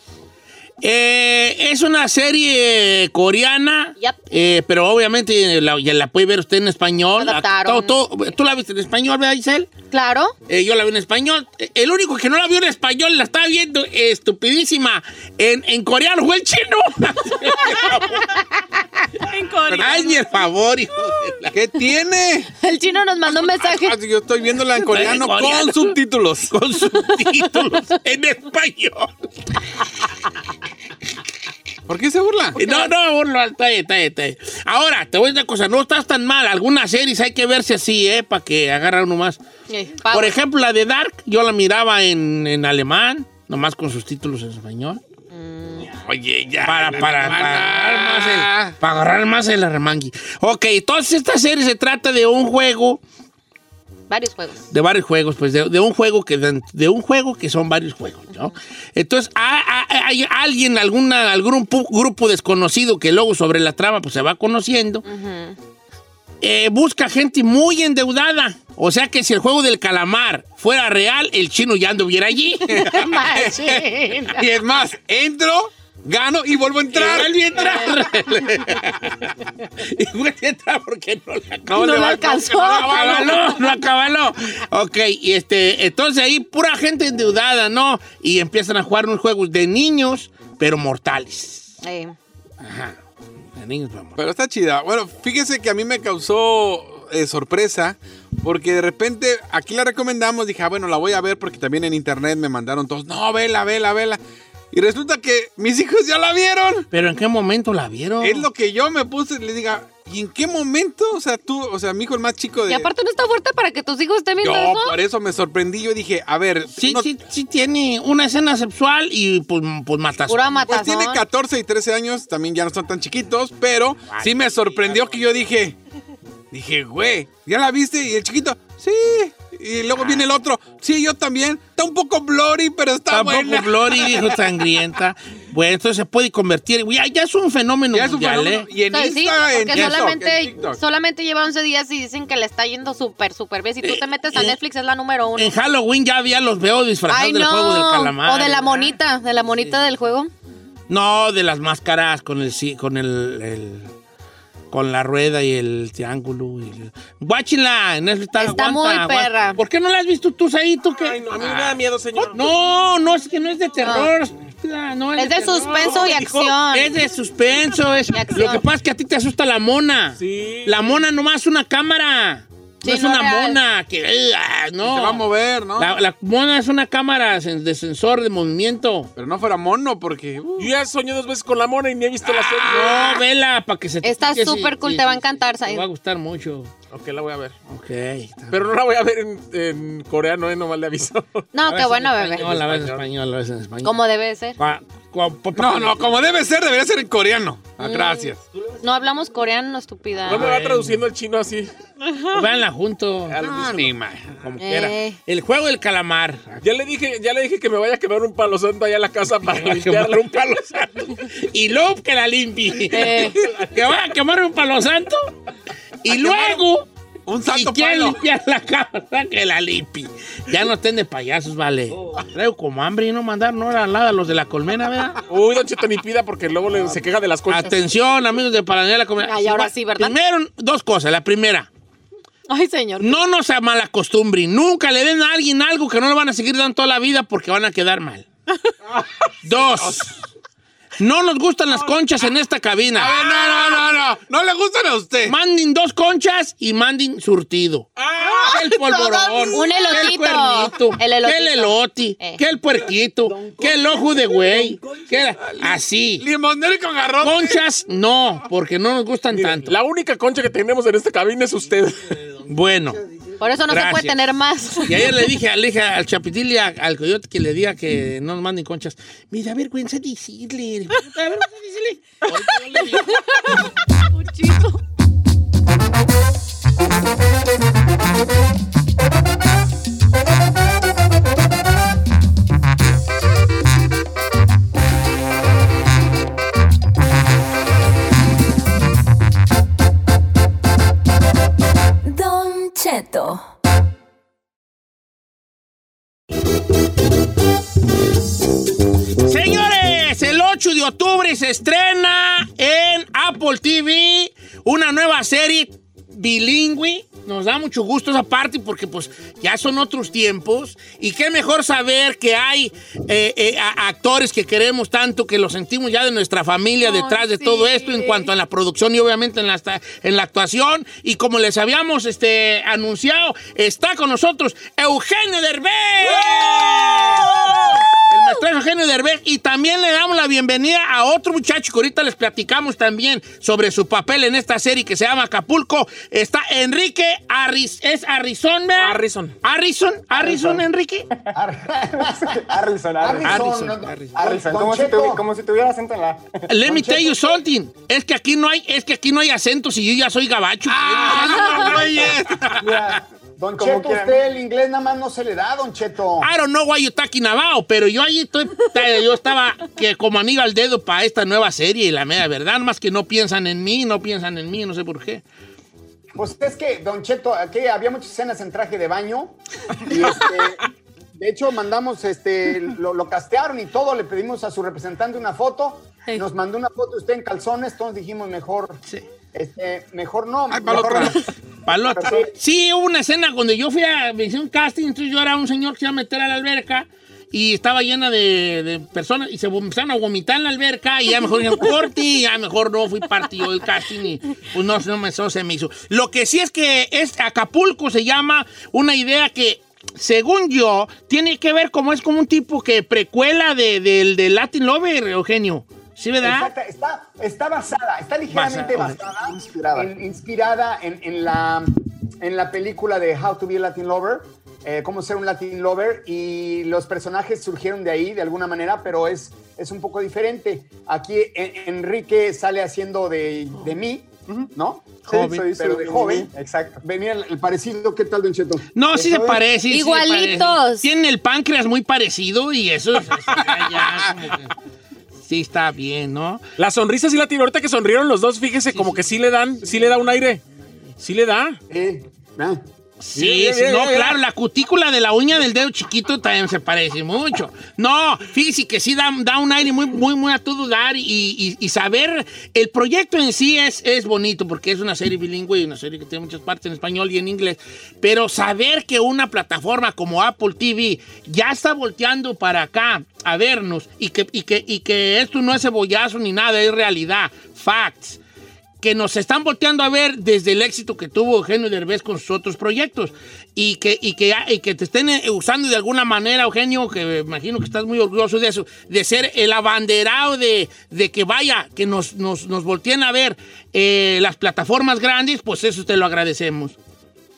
[SPEAKER 1] Eh, es una serie eh, coreana,
[SPEAKER 5] Yep.
[SPEAKER 1] eh, pero obviamente la, ya la puede ver usted en español. Ah,
[SPEAKER 5] Adaptaron.
[SPEAKER 1] Todo- todo- Tú la viste en español, ¿verdad, Giselle?
[SPEAKER 5] Claro.
[SPEAKER 1] Eh, yo la vi en español. Eh, El único que no la vio en español la estaba viendo eh, estupidísima [LAUGHS] en, en coreano fue el chino.
[SPEAKER 2] En favorito.
[SPEAKER 1] Hazme el favor, hijo de la-
[SPEAKER 3] ¿Qué tiene?
[SPEAKER 5] El chino nos mandó un mensaje.
[SPEAKER 3] Ah, Yo estoy viéndola en coreano
[SPEAKER 1] coreano.
[SPEAKER 3] con subtítulos.
[SPEAKER 1] Con [LAUGHS] subtítulos en español.
[SPEAKER 3] ¿Por qué se burla?
[SPEAKER 1] No, no, no, está bien, está bien, está bien. Ahora, te voy a decir una cosa, no estás tan mal. Algunas series hay que verse así, ¿eh? Para que agarra uno más.
[SPEAKER 5] Eh, pavo.
[SPEAKER 1] Por ejemplo, la de Dark, yo la miraba en, en alemán, nomás con sus títulos en español.
[SPEAKER 3] Oye, ya.
[SPEAKER 1] Mm. Para, para, para, agarrar más el,
[SPEAKER 3] hermana.
[SPEAKER 1] para agarrar más el arremangui. Ok, entonces esta serie se trata de un juego, [LAUGHS]
[SPEAKER 5] Varios juegos.
[SPEAKER 1] de varios juegos, pues de, de un juego que dan- de un juego que son varios juegos, ¿no? Entonces, a- a- hay alguien, alguna, algún pu- grupo desconocido que luego sobre la trama pues se va conociendo. eh, busca gente muy endeudada. O sea que si el juego del calamar fuera real, el chino ya anduviera allí.
[SPEAKER 5] [LAUGHS] Machín.
[SPEAKER 3] Y es más, entro, gano y vuelvo a entrar.
[SPEAKER 1] Igual y entrar. [LAUGHS] Igual y entrar porque no la
[SPEAKER 5] No
[SPEAKER 3] le
[SPEAKER 5] la
[SPEAKER 3] va-
[SPEAKER 5] alcanzó.
[SPEAKER 3] no le va-
[SPEAKER 1] acabaló. No acabaló. Ok, y este, entonces ahí pura gente endeudada, ¿no? Y empiezan a jugar unos juegos de niños, pero mortales.
[SPEAKER 5] Eh,
[SPEAKER 1] Ajá. De niños, pero mortales.
[SPEAKER 3] Pero está chida. Bueno, fíjese que a mí me causó eh, sorpresa. Porque de repente aquí la recomendamos. Dije, ah, bueno, la voy a ver porque también en internet me mandaron todos. No, vela, vela, vela. Y resulta que mis [LAUGHS] hijos ya la vieron.
[SPEAKER 1] Pero en qué momento la vieron.
[SPEAKER 3] Es lo que yo me puse. Le diga, ¿y en qué momento? O sea, tú, o sea, mi hijo el más chico de.
[SPEAKER 5] Y aparte no está fuerte para que tus hijos estén
[SPEAKER 3] yo,
[SPEAKER 5] viendo eso.
[SPEAKER 3] por eso me sorprendí. Yo dije, a ver,
[SPEAKER 1] Sí,
[SPEAKER 3] no-
[SPEAKER 1] sí, sí tiene una escena sexual y pues, pues matazón.
[SPEAKER 5] Pura
[SPEAKER 3] Pues
[SPEAKER 5] matazón.
[SPEAKER 3] tiene 14 y 13 años, también ya no son tan chiquitos, pero sí me sorprendió que yo dije, dije, güey, ¿ya la viste? Y el chiquito, sí. Y luego viene el otro, sí, yo también. Está un poco blurry, pero está
[SPEAKER 1] Tampoco
[SPEAKER 3] buena.
[SPEAKER 1] Glory dijo sangrienta. Bueno, entonces se puede convertir. Ya, ya es un fenómeno
[SPEAKER 3] Ya es un
[SPEAKER 1] mundial,
[SPEAKER 3] fenómeno.
[SPEAKER 1] ¿eh?
[SPEAKER 3] Y en
[SPEAKER 5] O sea, sí,
[SPEAKER 3] Insta, en
[SPEAKER 5] porque
[SPEAKER 3] TikTok, en
[SPEAKER 5] solamente,
[SPEAKER 3] TikTok.
[SPEAKER 5] solamente lleva 11 días y dicen que le está yendo súper, súper bien. Si tú te metes a
[SPEAKER 1] eh,
[SPEAKER 5] Netflix es la número uno.
[SPEAKER 1] En Halloween ya había los veo disfrazados
[SPEAKER 5] Ay,
[SPEAKER 1] del
[SPEAKER 5] no.
[SPEAKER 1] juego del calamar. ¿eh?
[SPEAKER 5] o de la
[SPEAKER 1] ¿verdad?
[SPEAKER 5] monita, de la monita del juego.
[SPEAKER 1] No, de las máscaras con el sí, con el, el- con la rueda y el triángulo. Y el... Guáchila, en eso está,
[SPEAKER 5] Está muy
[SPEAKER 1] aguanta, aguanta.
[SPEAKER 5] perra.
[SPEAKER 1] ¿Por qué no la has visto tú ahí? ¿Tú qué? Ah.
[SPEAKER 4] Ay, no, a mí me
[SPEAKER 3] Ah.
[SPEAKER 4] da miedo, señor.
[SPEAKER 1] No, no, es que no es de terror. Ah, no
[SPEAKER 5] Es de
[SPEAKER 1] terror.
[SPEAKER 5] suspenso y acción.
[SPEAKER 1] Es de suspenso. Es...
[SPEAKER 5] Y acción.
[SPEAKER 1] Lo que pasa es que a ti te asusta la mona.
[SPEAKER 4] Sí.
[SPEAKER 1] La mona nomás es una cámara.
[SPEAKER 5] Sí,
[SPEAKER 1] no es
[SPEAKER 5] no
[SPEAKER 1] una
[SPEAKER 5] real.
[SPEAKER 1] mona que. eh, ah, no.
[SPEAKER 3] Se va a mover, ¿no?
[SPEAKER 5] Ah.
[SPEAKER 1] La, la mona es una cámara sen- de sensor de movimiento.
[SPEAKER 3] Pero no fuera mono, porque... uh,
[SPEAKER 4] Yo ya soñé dos veces con la mona y ni he visto la serie.
[SPEAKER 3] Ah.
[SPEAKER 1] No, vela, para que se te
[SPEAKER 5] Ah. Está
[SPEAKER 1] pique, sí,
[SPEAKER 5] súper cool,
[SPEAKER 1] sí,
[SPEAKER 5] te va a
[SPEAKER 1] sí,
[SPEAKER 5] encantar,
[SPEAKER 1] Te
[SPEAKER 5] Said.
[SPEAKER 1] va a gustar mucho.
[SPEAKER 4] Ok, la voy a ver.
[SPEAKER 1] Ok. está
[SPEAKER 4] Pero no la voy a ver en, en coreano, ¿eh? Nomás le
[SPEAKER 5] [LAUGHS]
[SPEAKER 4] aviso.
[SPEAKER 5] No,
[SPEAKER 1] bien.
[SPEAKER 5] qué bueno,
[SPEAKER 1] La ves en
[SPEAKER 5] bebé.
[SPEAKER 1] español, La ves en español, la ves en español.
[SPEAKER 5] Como debe de ser.
[SPEAKER 1] Pa- cua- pa- pa-
[SPEAKER 3] No, no, como debe ser, debería ser en coreano. Ah, gracias.
[SPEAKER 5] No hablamos coreano, estúpida.
[SPEAKER 4] No me va traduciendo el chino así.
[SPEAKER 1] Véanla juntos.
[SPEAKER 3] No, ni más.
[SPEAKER 1] Como
[SPEAKER 5] Eh.
[SPEAKER 1] quiera. El juego del calamar.
[SPEAKER 4] Ya le dije, ya le dije que me vaya a quemar un palo santo allá a la
[SPEAKER 1] [LAUGHS]
[SPEAKER 4] casa para limpiarla.
[SPEAKER 1] Quemar un palo santo. Y luego que la limpie. Que va a quemar un palo santo. Y luego.
[SPEAKER 3] Un
[SPEAKER 1] Y
[SPEAKER 3] santo
[SPEAKER 1] quiere
[SPEAKER 3] palo.
[SPEAKER 1] limpiar la cámara que la limpie. Ya no estén de payasos, vale. Traigo como hambre y no mandaron hora al lado a los de la colmena, ¿verdad?
[SPEAKER 4] Uy, don Cheto, ni pida porque luego le- se queja de las
[SPEAKER 1] ah,
[SPEAKER 4] cosas.
[SPEAKER 1] Atención, amigos de Paraná la Colmena.
[SPEAKER 5] Ay, ahora sí, ¿verdad?
[SPEAKER 1] Primero, dos cosas. La primera,
[SPEAKER 5] Ay, señor.
[SPEAKER 1] no nos mala costumbre. Nunca le den a alguien algo que no lo van a seguir dando toda la vida porque van a quedar
[SPEAKER 3] [LAUGHS]
[SPEAKER 1] mal. dos, no nos gustan las conchas en esta
[SPEAKER 3] A ver,
[SPEAKER 1] cabina.
[SPEAKER 3] no, no, no, no. No le gustan a usted.
[SPEAKER 1] Manden dos conchas y manden surtido.
[SPEAKER 3] Ah.
[SPEAKER 1] Que el polvorón.
[SPEAKER 5] Un
[SPEAKER 1] que
[SPEAKER 5] elotito.
[SPEAKER 1] El cuernito.
[SPEAKER 5] El
[SPEAKER 1] Que el
[SPEAKER 5] elotito.
[SPEAKER 1] eloti.
[SPEAKER 5] Eh.
[SPEAKER 1] Que el puerquito. Que el ojo de güey. Que la- Así.
[SPEAKER 3] Limonero y con garrote.
[SPEAKER 1] Conchas, no, porque no nos gustan tanto.
[SPEAKER 4] La única concha que tenemos en esta cabina es usted.
[SPEAKER 1] Bueno.
[SPEAKER 5] Por eso no se
[SPEAKER 1] Gracias.
[SPEAKER 5] puede tener más. [LAUGHS]
[SPEAKER 1] Y ayer le dije, le dije al chapitil y a- al coyote que le diga que no nos manden conchas. Me da vergüenza decirle. Me da vergüenza decirle. Ahorita yo le digo.
[SPEAKER 7] Don Cheto.
[SPEAKER 1] Señores, el 8 de octubre se estrena en Apple TV una nueva serie bilingüe Nos da mucho gusto esa parte porque pues ya son otros tiempos y qué mejor saber que hay eh, eh, a- actores que queremos tanto, que lo sentimos ya de nuestra familia
[SPEAKER 5] Ay,
[SPEAKER 1] detrás de
[SPEAKER 5] sí.
[SPEAKER 1] todo esto en cuanto a la producción y obviamente en la, esta- en la actuación. Y como les habíamos este, anunciado, está con nosotros Eugenio Derbez. El maestro Eugenio Derbez y también le damos la bienvenida a otro muchacho que ahorita les platicamos también sobre su papel en esta serie que se llama Acapulco. Está Enrique Arris, es Arrizón, ¿verdad?
[SPEAKER 4] Harrison.
[SPEAKER 1] Harrison, Harrison, Enrique.
[SPEAKER 8] Harrison, Harrison.
[SPEAKER 1] Harrison, Harrison.
[SPEAKER 8] Harrison, como
[SPEAKER 9] Don
[SPEAKER 8] si,
[SPEAKER 9] Cheto.
[SPEAKER 8] tuvi- como si tuviera acento en la.
[SPEAKER 1] Let me tell you something. Es que aquí no hay, es que aquí no hay acentos y yo ya soy gabacho.
[SPEAKER 9] Mira, Don
[SPEAKER 8] Como
[SPEAKER 9] Cheto,
[SPEAKER 8] quieran.
[SPEAKER 9] usted el inglés nada más no se le da, Don Cheto.
[SPEAKER 1] I don't know why you talking about, pero yo ahí estoy, ta- yo estaba que como anillo al dedo para esta nueva serie, y la mera verdad, más que no piensan en mí, no piensan en mí, no sé por qué.
[SPEAKER 9] Pues es que, Don Cheto, aquí había muchas escenas en traje de baño. Y este, de hecho, mandamos, este, lo, lo castearon y todo, le pedimos a su representante una foto.
[SPEAKER 2] Sí.
[SPEAKER 9] Nos mandó una foto usted en calzones, entonces dijimos mejor.
[SPEAKER 1] Sí.
[SPEAKER 9] Este, mejor no.
[SPEAKER 3] Ay, para la
[SPEAKER 9] mejor
[SPEAKER 3] otra.
[SPEAKER 9] no.
[SPEAKER 1] Palota.
[SPEAKER 9] Pero
[SPEAKER 1] Sí, hubo una escena cuando yo fui a me hice un casting, entonces yo era un señor que se iba a meter a la alberca y estaba llena de, de personas y se empezaron a vomitar en la alberca y ya mejor dijeron, corte, y ya mejor no fui parte yo del casting y pues no, no me, eso se me hizo. Lo que sí es que es Acapulco se llama una idea que según yo tiene que ver como es como un tipo que precuela de, del de Latin Lover, Eugenio. ¿Sí, verdad?
[SPEAKER 9] Exacta- está, está basada, está ligeramente
[SPEAKER 1] Basada,
[SPEAKER 9] basada,
[SPEAKER 8] Inspirada.
[SPEAKER 9] en, inspirada en, en la, en la película de How to be a Latin Lover, eh, cómo ser un Latin Lover, y los personajes surgieron de ahí de alguna manera, pero es, es un poco diferente. Aquí en- Enrique sale haciendo de, de mí, ¿no?
[SPEAKER 8] Sí,
[SPEAKER 9] Joven,
[SPEAKER 8] soy-
[SPEAKER 9] pero
[SPEAKER 8] soy-
[SPEAKER 9] de joven.
[SPEAKER 8] Exacto.
[SPEAKER 9] Venía el, el parecido, ¿qué tal, Don Cheto?
[SPEAKER 1] No, sí se parece. sí se
[SPEAKER 5] Igualitos.
[SPEAKER 1] parece. Tienen el páncreas muy parecido y eso. es- ya, ya, como que- sí, está bien, ¿no?
[SPEAKER 4] [LAUGHS] La sonrisa sí la tiene. Ahorita que sonrieron los dos, fíjese, como que sí le dan, sí le da un aire. Sí le da.
[SPEAKER 9] Eh, ah,
[SPEAKER 1] Sí, sí, no, claro, la cutícula de la uña del dedo chiquito también se parece mucho. No, fíjese que sí da, da un aire muy, muy, muy a todo dar y, y- y saber. El proyecto en sí es, es bonito porque es una serie bilingüe y una serie que tiene muchas partes en español y en inglés. Pero saber que una plataforma como Apple TV ya está volteando para acá a vernos y que, y que, y que esto no es cebollazo ni nada, es realidad, facts que nos están volteando a ver desde el éxito que tuvo Eugenio Derbez con sus otros proyectos y que, y que, y que te estén eh, usando de alguna manera, Eugenio, que me imagino que estás muy orgulloso de eso, de ser el abanderado de, de que vaya, que nos, nos, nos volteen a ver eh, las plataformas grandes, pues eso te lo agradecemos.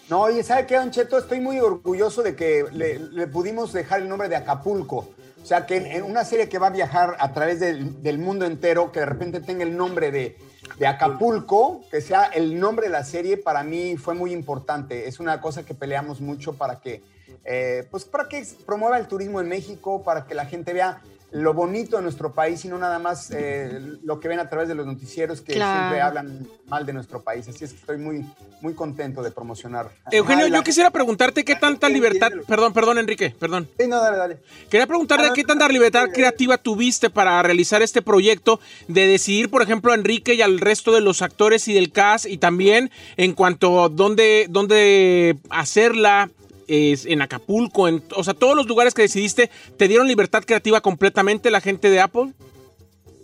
[SPEAKER 9] No, y ¿sabe qué, Don Cheto? Estoy muy orgulloso de que le, le pudimos dejar el nombre de Acapulco. O sea, que en, en una serie que va a viajar a través del, del mundo entero, que de repente tenga el nombre de, de Acapulco, que sea el nombre de la serie, para mí fue muy importante. Es una cosa que peleamos mucho para que, eh, pues, para que promueva el turismo en México, para que la gente vea lo bonito de nuestro país y no nada más eh, lo que ven a través de los noticieros que
[SPEAKER 5] Claro.
[SPEAKER 9] siempre hablan mal de nuestro país. Así es que estoy muy, muy contento de promocionar.
[SPEAKER 4] Eugenio,
[SPEAKER 8] Ay, la-
[SPEAKER 4] yo quisiera preguntarte qué tanta libertad.
[SPEAKER 8] entiéndelo.
[SPEAKER 4] Perdón, perdón, Enrique, perdón.
[SPEAKER 8] Sí, no, dale, dale.
[SPEAKER 4] Quería preguntarle qué tanta libertad creativa tuviste para realizar este proyecto, de decidir, por ejemplo, a Enrique y al resto de los actores y del cast, y también en cuanto a dónde, dónde hacerla, es en Acapulco, en, o sea, todos los lugares que decidiste, ¿te dieron libertad creativa completamente la gente de Apple?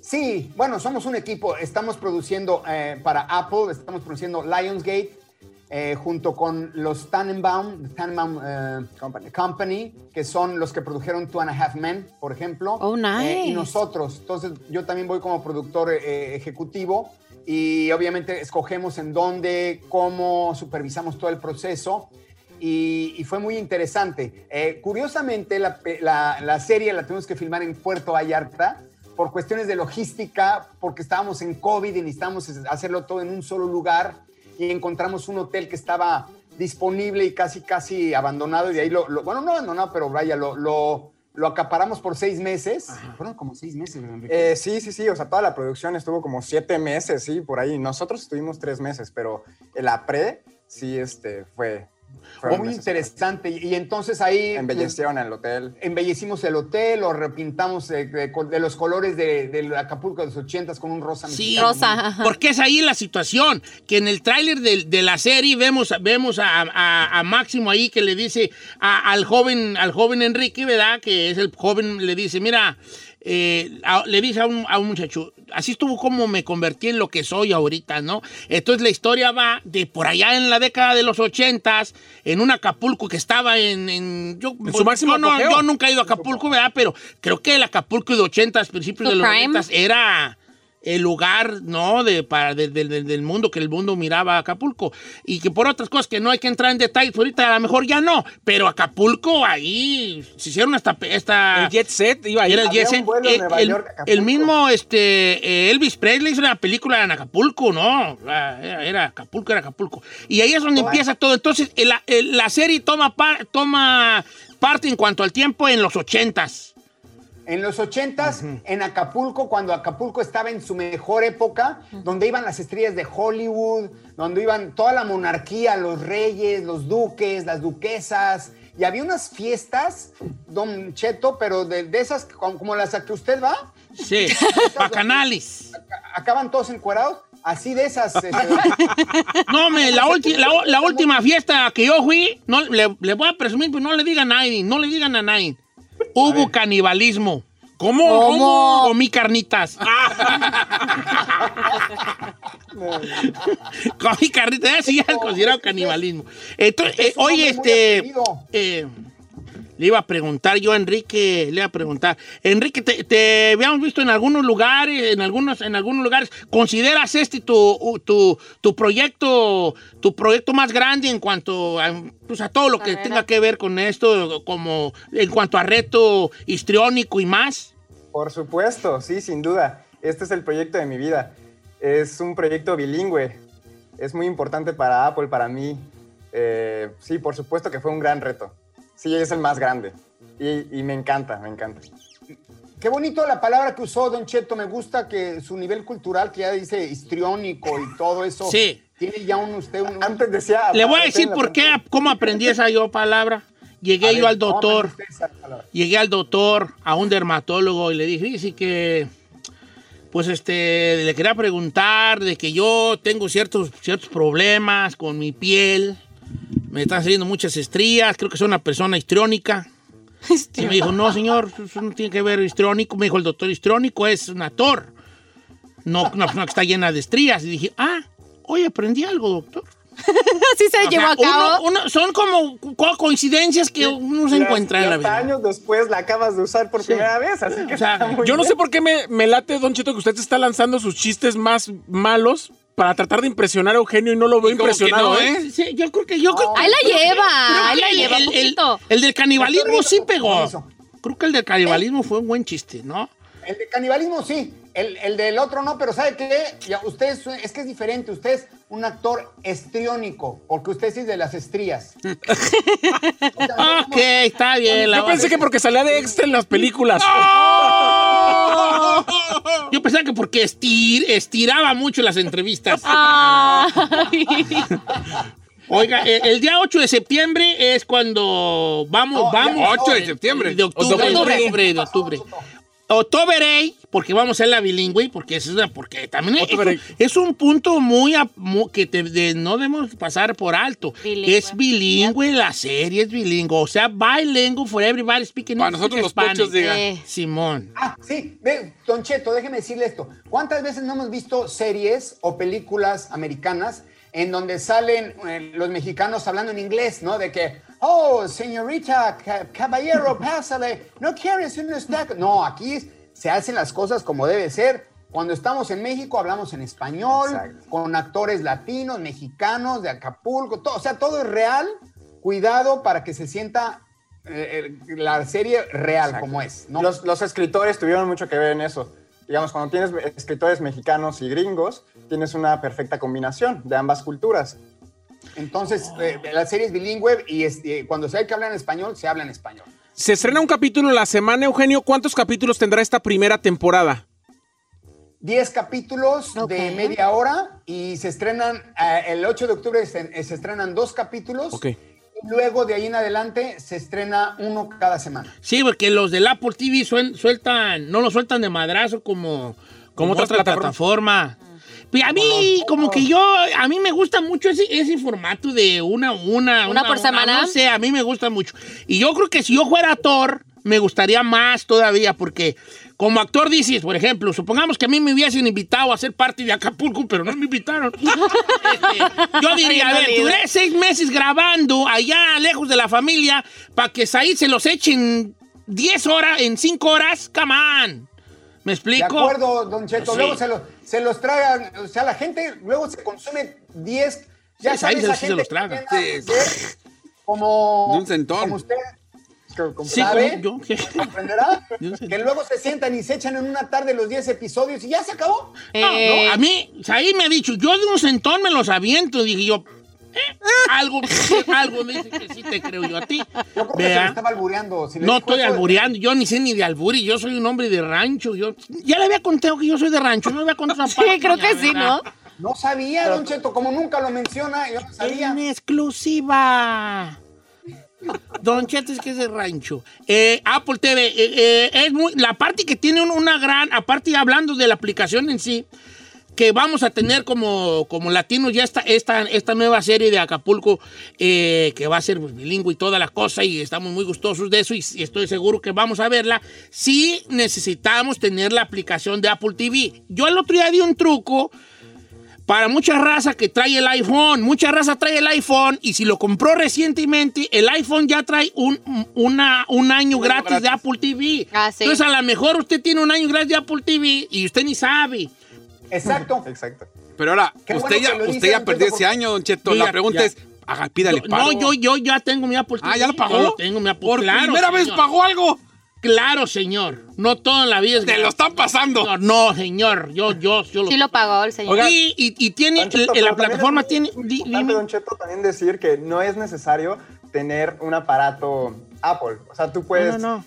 [SPEAKER 9] Sí, bueno, somos un equipo. Estamos produciendo eh, para Apple, estamos produciendo Lionsgate eh, junto con los Tannenbaum, Tannenbaum eh, Company. que son los que produjeron Two and a Half Men, por ejemplo.
[SPEAKER 5] Oh, nice.
[SPEAKER 9] eh, y nosotros. Entonces, yo también voy como productor eh, ejecutivo y obviamente escogemos en dónde, cómo supervisamos todo el proceso. Y, y fue muy interesante. Eh, curiosamente, la, pe- la- la serie la tuvimos que filmar en Puerto Vallarta por cuestiones de logística, porque estábamos en COVID y necesitábamos hacerlo todo en un solo lugar y encontramos un hotel que estaba disponible y casi, casi abandonado. Y de ahí lo, lo- bueno, no abandonado, pero vaya, lo, lo, lo acaparamos por seis meses. Fueron como seis meses, ¿verdad, Enrique?
[SPEAKER 8] Eh, sí, sí, sí, o sea, toda la producción estuvo como siete meses, sí, por ahí. Nosotros estuvimos tres meses, pero la pre, sí, este, fue Fue
[SPEAKER 9] Oh, muy
[SPEAKER 8] necesario.
[SPEAKER 9] interesante. Y, y entonces ahí pues,
[SPEAKER 8] Embellecieron el hotel.
[SPEAKER 9] embellecimos el hotel, lo repintamos de, de col- de los colores de, del Acapulco de los ochentas con un rosa
[SPEAKER 1] Sí,
[SPEAKER 9] mexicano.
[SPEAKER 5] Rosa, ajá.
[SPEAKER 1] porque es ahí la situación, que en el tráiler del- de, la serie vemos, vemos a, a- a Máximo ahí que le dice a- al, joven, al joven Enrique, ¿verdad? Que es el joven, le dice, mira, eh, a- le dice a un, a un muchacho, así estuvo como me convertí en lo que soy ahorita, ¿no? Entonces la historia va de por allá en la década de los ochentas, en un Acapulco que estaba en... en- yo,
[SPEAKER 4] En su máximo
[SPEAKER 1] yo no-
[SPEAKER 4] apogeo.
[SPEAKER 1] yo nunca he ido a Acapulco, ¿verdad? Pero creo que el Acapulco de ochentas, principios de
[SPEAKER 5] Tu
[SPEAKER 1] los
[SPEAKER 5] prime.
[SPEAKER 1] noventas, era el lugar, ¿no? De, para, de- de- de- del mundo que el mundo miraba a Acapulco. Y que por otras cosas que no hay que entrar en detalles, ahorita a lo mejor ya no, pero Acapulco ahí se hicieron hasta... esta
[SPEAKER 4] El jet set iba a ir.
[SPEAKER 1] Ah, era el
[SPEAKER 8] Había un
[SPEAKER 1] Jesse.
[SPEAKER 8] vuelo
[SPEAKER 1] Eh,
[SPEAKER 8] de Nueva
[SPEAKER 1] el,
[SPEAKER 8] York a Acapulco.
[SPEAKER 1] el mismo este, eh, Elvis Presley hizo una película en Acapulco, ¿no? Ah, Era, era Acapulco, era Acapulco. Y ahí es donde empieza todo. Entonces, el- el- la serie toma, par- toma parte en cuanto al tiempo en los ochentas.
[SPEAKER 9] En los ochentas, en Acapulco, cuando Acapulco estaba en su mejor época, donde iban las estrellas de Hollywood, donde iban toda la monarquía, los reyes, los duques, las duquesas, y había unas fiestas, don Cheto, pero de, de esas como como las a que usted va,
[SPEAKER 8] [LAUGHS]
[SPEAKER 1] Sí. Bacanales.
[SPEAKER 9] acaban todos encuerados, así de esas. este,
[SPEAKER 1] No, me, la, ulti- la, la última fiesta que yo fui, no, le, le voy a presumir, pero no le digan a nadie, no le digan a nadie. Hubo canibalismo. ¿Cómo? ¿Cómo? Comí
[SPEAKER 9] [LAUGHS]
[SPEAKER 1] carnitas. Comí carnitas, ya sí, ya es considerado canibalismo. Entonces, eh,
[SPEAKER 9] es un
[SPEAKER 1] oye,
[SPEAKER 9] hombre
[SPEAKER 1] este.
[SPEAKER 9] muy atrevido.
[SPEAKER 1] eh, le iba a preguntar yo a Enrique, le iba a preguntar. Enrique, te, te habíamos visto en algunos lugares, en algunos, en algunos lugares. ¿Consideras este tu, tu, tu proyecto, tu proyecto más grande en cuanto a, pues, a todo lo que
[SPEAKER 5] Carrera.
[SPEAKER 1] tenga que ver con esto, como en cuanto a reto histriónico y más?
[SPEAKER 8] Por supuesto, sí, sin duda. Este es el proyecto de mi vida. Es un proyecto bilingüe. Es muy importante para Apple, para mí. Eh, sí, por supuesto que fue un gran reto. Sí, es el más grande. Y, y me encanta, me encanta.
[SPEAKER 9] Qué bonito la palabra que usó Don Cheto. Me gusta que su nivel cultural, que ya dice histriónico y todo eso,
[SPEAKER 1] Sí.
[SPEAKER 9] tiene ya un usted un.
[SPEAKER 8] Antes decía...
[SPEAKER 9] Ah,
[SPEAKER 1] Le voy a
[SPEAKER 8] aparte,
[SPEAKER 1] decir
[SPEAKER 8] la
[SPEAKER 1] por qué,
[SPEAKER 8] frente.
[SPEAKER 1] cómo aprendí esa yo palabra. Llegué
[SPEAKER 9] A
[SPEAKER 1] yo
[SPEAKER 9] ver,
[SPEAKER 1] al doctor.
[SPEAKER 9] tómame usted esa palabra.
[SPEAKER 1] llegué al doctor, a un dermatólogo, y le dije, dice que, pues este, le quería preguntar de que yo tengo ciertos, ciertos problemas con mi piel, me están saliendo muchas estrías, creo que soy una persona histriónica. Y me dijo, no, señor, eso no tiene que ver histriónico. Me dijo el doctor, histriónico es un actor, no una persona que está llena de estrías. Y dije, ah, hoy aprendí algo, doctor.
[SPEAKER 5] Así se
[SPEAKER 1] O
[SPEAKER 5] llevó
[SPEAKER 1] sea,
[SPEAKER 5] a cabo.
[SPEAKER 1] uno- uno- son como co- coincidencias que uno se
[SPEAKER 8] Y
[SPEAKER 1] encuentra en la vida.
[SPEAKER 8] 40 años después la acabas de usar por primera vez, así que
[SPEAKER 1] O sea,
[SPEAKER 8] está muy
[SPEAKER 4] Yo no
[SPEAKER 8] bien.
[SPEAKER 4] sé por qué me, me late, Don Cheto, que usted está lanzando sus chistes más malos para tratratar de impresionar a Eugenio y no lo veo
[SPEAKER 3] como que
[SPEAKER 4] impresionado,
[SPEAKER 3] no,
[SPEAKER 4] ¿eh?
[SPEAKER 3] ¿eh?
[SPEAKER 1] Sí, sí, yo creo que yo creo que-
[SPEAKER 5] Ahí la
[SPEAKER 1] creo que-
[SPEAKER 5] lleva,
[SPEAKER 1] creo
[SPEAKER 5] ahí
[SPEAKER 1] que
[SPEAKER 5] la
[SPEAKER 1] el-
[SPEAKER 5] lleva
[SPEAKER 1] el,
[SPEAKER 5] poquito.
[SPEAKER 1] el- el del canibalismo sí pegó.
[SPEAKER 9] Permiso.
[SPEAKER 1] Creo que el del canibalismo
[SPEAKER 8] ¿Eh?
[SPEAKER 1] fue un buen chiste, ¿no?
[SPEAKER 9] El de canibalismo sí, el, el del otro no, pero ¿sabe qué? Ya, usted es, es que es diferente, usted es un actor estriónico, porque usted sí es de las estrías. O sea, no
[SPEAKER 1] Ok, está bien. la
[SPEAKER 4] Yo pensé que porque salía de extra en las películas.
[SPEAKER 1] Yo pensaba que porque estir- estiraba mucho las entrevistas.
[SPEAKER 5] Ah. [LAUGHS] Ay.
[SPEAKER 1] [LAUGHS] Oiga, eh, el, día 8 de septiembre es cuando vamos,
[SPEAKER 9] No, ya-
[SPEAKER 1] vamos.
[SPEAKER 3] 8 de septiembre.
[SPEAKER 1] De octubre,
[SPEAKER 4] Octubre.
[SPEAKER 1] de octubre, de octubre. Octubre, porque vamos a hacer la bilingüe, porque es una, porque también es,
[SPEAKER 4] Octubre.
[SPEAKER 1] es un punto muy, a- mu- que te- de- no debemos pasar por alto.
[SPEAKER 5] Bilingüe.
[SPEAKER 1] Es bilingüe, la serie es bilingüe, o sea, bilingual for everybody speaking.
[SPEAKER 3] Para nosotros los
[SPEAKER 1] Spanish.
[SPEAKER 3] pochos, diga.
[SPEAKER 5] Eh,
[SPEAKER 1] Simón.
[SPEAKER 9] Ah, sí, ve, Don Cheto, déjeme decirle esto. ¿Cuántas veces no hemos visto series o películas americanas en donde salen eh, los mexicanos hablando en inglés, ¿no? De que, oh, señorita, ca- caballero, pásale, no quieres unos tacos. No, aquí se hacen las cosas como debe ser. Cuando estamos en México hablamos en español,
[SPEAKER 8] Exacto.
[SPEAKER 9] con actores latinos, mexicanos, de Acapulco, todo, o sea, todo es real. Cuidado para que se sienta eh, eh, la serie real
[SPEAKER 8] Exacto.
[SPEAKER 9] como es. ¿no?
[SPEAKER 8] Los, los escritores tuvieron mucho que ver en eso. Digamos, cuando tienes escritores mexicanos y gringos, tienes una perfecta combinación de ambas culturas.
[SPEAKER 9] Entonces, eh, la serie es bilingüe y este, cuando se hay que hablar en español, se habla en español.
[SPEAKER 4] Se estrena un capítulo la semana, Eugenio. ¿Cuántos capítulos tendrá esta primera temporada?
[SPEAKER 9] Diez capítulos
[SPEAKER 5] Ok.
[SPEAKER 9] de media hora y se estrenan eh, el 8 de octubre, se, eh, se estrenan dos capítulos.
[SPEAKER 4] Ok.
[SPEAKER 9] luego de ahí en adelante se estrena uno cada semana.
[SPEAKER 1] Sí, porque los del Apple TV suen- sueltan, no lo sueltan de madrazo como, como otras
[SPEAKER 4] otras
[SPEAKER 1] plataformas. Pero a mí, como que yo, a mí me gusta mucho ese, ese formato de una, una,
[SPEAKER 5] ¿Una por semana?
[SPEAKER 1] no sé, a mí me gusta mucho. Y yo creo que si yo fuera actor, me gustaría más todavía, porque como actor dices, por ejemplo, supongamos que a mí me hubiesen invitado a ser parte de Acapulco, pero no me invitaron.
[SPEAKER 5] [LAUGHS]
[SPEAKER 1] Este, yo diría, a ver,
[SPEAKER 5] Bienvenido.
[SPEAKER 1] duré seis meses grabando allá lejos de la familia para que ahí se los echen 10 horas, en 5 horas, come on. ¿Me
[SPEAKER 9] De
[SPEAKER 1] explico?
[SPEAKER 9] acuerdo, Don Cheto.
[SPEAKER 1] Sí.
[SPEAKER 9] Luego se, lo- se los tragan, o sea, la gente luego se consume 10. Ya
[SPEAKER 1] Sí,
[SPEAKER 9] sabes,
[SPEAKER 1] ahí se-
[SPEAKER 9] la
[SPEAKER 1] sí se
[SPEAKER 9] gente
[SPEAKER 1] los traga.
[SPEAKER 9] que tiene nada que hacer, Como,
[SPEAKER 3] De un centón.
[SPEAKER 9] como usted que- como
[SPEAKER 1] Sí,
[SPEAKER 9] sabe,
[SPEAKER 1] como yo, que-
[SPEAKER 9] comprenderá
[SPEAKER 1] [LAUGHS] De un centón.
[SPEAKER 9] que luego se sientan y se echan en una tarde los 10 episodios y ya se acabó.
[SPEAKER 1] No, no,
[SPEAKER 5] Eh,
[SPEAKER 1] a mí, ahí me ha dicho, yo de un centón me los aviento. Dije yo, eh,
[SPEAKER 9] [LAUGHS]
[SPEAKER 1] algo, algo me dice que sí te creo yo a ti.
[SPEAKER 9] Yo creo que se
[SPEAKER 1] Vea.
[SPEAKER 9] le estaba albureando. si le
[SPEAKER 1] No
[SPEAKER 9] dijo
[SPEAKER 1] estoy
[SPEAKER 9] eso,
[SPEAKER 1] albureando, yo ni sé ni de alburi, yo soy un hombre de rancho. Yo ya le había contado que yo soy de rancho, no le había contado
[SPEAKER 5] Sí, creo que sí, ¿no?
[SPEAKER 9] No sabía, Don Cheto, como nunca lo menciona, yo no sabía.
[SPEAKER 1] En exclusiva. Don Cheto es que es de rancho. Eh, Apple TV, eh, eh, es muy, la parte que tiene un- una gran, aparte hablando de la aplicación en sí, que vamos a tener como, como latinos ya esta, esta, esta nueva serie de Acapulco, eh, que va a ser pues, bilingüe y toda la cosa, y estamos muy gustosos de eso, y, y estoy seguro que vamos a verla. Sí necesitamos tener la aplicación de Apple TV. Yo el otro día di un truco para mucha raza que trae el iPhone. Mucha raza trae el iPhone y si lo compró recientemente, el iPhone ya trae un, una- un año gratis, de Apple TV.
[SPEAKER 5] Ah, sí.
[SPEAKER 1] Entonces, a lo mejor usted tiene un año gratis de Apple TV y usted ni sabe.
[SPEAKER 9] Exacto.
[SPEAKER 8] Exacto.
[SPEAKER 3] Pero ahora,
[SPEAKER 9] Qué bueno
[SPEAKER 3] usted
[SPEAKER 9] que
[SPEAKER 3] ya,
[SPEAKER 9] lo dice,
[SPEAKER 3] usted ya
[SPEAKER 9] don
[SPEAKER 3] perdió
[SPEAKER 9] Cheto,
[SPEAKER 3] ese año, Don Cheto.
[SPEAKER 1] Yo ya-
[SPEAKER 3] la pregunta
[SPEAKER 1] ya.
[SPEAKER 3] es, haga, pídale
[SPEAKER 1] Yo-
[SPEAKER 3] paro.
[SPEAKER 1] no, yo, yo ya tengo mi Apple TV.
[SPEAKER 3] Ah, ¿ya lo pagó?
[SPEAKER 1] Yo lo tengo mi Apple
[SPEAKER 3] Por
[SPEAKER 1] Claro,
[SPEAKER 3] primera vez
[SPEAKER 1] señor.
[SPEAKER 3] pagó algo.
[SPEAKER 1] Claro, señor. No todo en la vida es
[SPEAKER 3] Te lo
[SPEAKER 1] gratis,
[SPEAKER 3] están pasando.
[SPEAKER 1] señor. No, señor. Yo, yo, yo lo
[SPEAKER 5] Sí lo pagó el señor.
[SPEAKER 4] Oiga,
[SPEAKER 1] y, y- y tiene,
[SPEAKER 8] Don Cheto,
[SPEAKER 1] el-
[SPEAKER 8] pero
[SPEAKER 1] la
[SPEAKER 8] también
[SPEAKER 1] plataforma
[SPEAKER 8] es
[SPEAKER 1] tiene...
[SPEAKER 8] muy
[SPEAKER 1] di-
[SPEAKER 3] Ah,
[SPEAKER 8] importante,
[SPEAKER 1] dime.
[SPEAKER 8] Don Cheto, también decir que no es necesario tener un aparato Apple. O sea, tú puedes
[SPEAKER 1] No, no,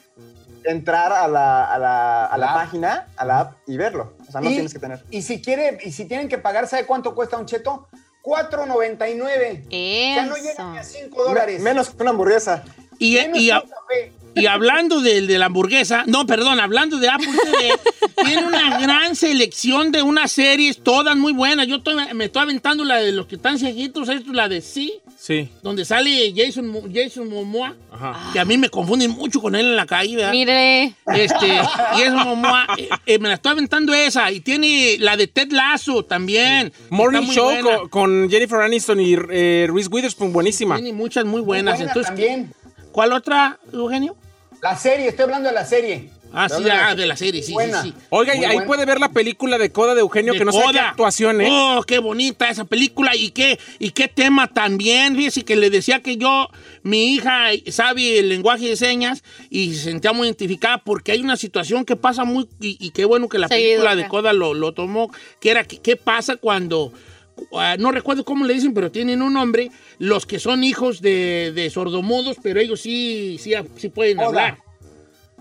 [SPEAKER 8] entrar a la, a la, a la
[SPEAKER 9] La app.
[SPEAKER 8] página, a la app y verlo. O sea, no
[SPEAKER 9] y,
[SPEAKER 8] tienes que tener.
[SPEAKER 9] y si quiere, y si tienen que pagar, ¿sabe cuánto cuesta un cheto? 4.99. O sea, no llega ni a
[SPEAKER 5] Eso.
[SPEAKER 9] 5 dólares.
[SPEAKER 8] Me- menos que una hamburguesa.
[SPEAKER 1] no. Y,
[SPEAKER 9] Menos
[SPEAKER 1] y-
[SPEAKER 9] que un café.
[SPEAKER 1] Y hablando del de la hamburguesa, no, perdón, hablando de Apple TV,
[SPEAKER 3] [LAUGHS]
[SPEAKER 1] tiene una gran selección de unas series, todas muy buenas. Yo estoy- me estoy aventando la de los que están cieguitos, esto es la de Sí,
[SPEAKER 4] Sí.
[SPEAKER 1] donde sale Jason, Mo- Jason Momoa,
[SPEAKER 4] Ajá.
[SPEAKER 1] que a mí me confunden mucho con él en la calle, ¿verdad?
[SPEAKER 5] Mire,
[SPEAKER 1] Este, Jason Momoa, eh, eh, me la estoy aventando esa. Y tiene la de Ted Lasso también. que
[SPEAKER 4] Morning
[SPEAKER 1] está muy
[SPEAKER 4] Show
[SPEAKER 1] buena.
[SPEAKER 4] co- con Jennifer Aniston y eh, Reese Witherspoon, buenísima.
[SPEAKER 1] Tiene muchas muy
[SPEAKER 9] Muy
[SPEAKER 1] buenas.
[SPEAKER 9] buena
[SPEAKER 1] Entonces,
[SPEAKER 9] también.
[SPEAKER 1] ¿Cuál otra, Eugenio?
[SPEAKER 9] La serie, estoy hablando de la serie.
[SPEAKER 1] Ah, sí,
[SPEAKER 9] Habla de la
[SPEAKER 1] ah, de la serie, sí, sí,
[SPEAKER 9] Buena.
[SPEAKER 1] sí.
[SPEAKER 4] Oiga, y
[SPEAKER 9] Muy
[SPEAKER 4] ahí
[SPEAKER 9] buena.
[SPEAKER 4] puede ver la película de Coda de Eugenio,
[SPEAKER 1] de
[SPEAKER 4] que no sabe qué
[SPEAKER 1] Coda.
[SPEAKER 4] actuación, ¿eh?
[SPEAKER 1] Oh, qué bonita esa película y qué, y qué tema también. Fíjese que le decía que yo, mi hija sabe el lenguaje de señas y se sentía muy identificada porque hay una situación que pasa muy, y, y qué bueno que la
[SPEAKER 5] Seguido,
[SPEAKER 1] película de
[SPEAKER 5] ya.
[SPEAKER 1] Coda lo, lo tomó, que era que- qué pasa cuando... ah, No recuerdo cómo le dicen, pero tienen un nombre, los que son hijos de, de sordomudos, pero ellos sí, sí, sí pueden
[SPEAKER 9] Coda.
[SPEAKER 1] hablar.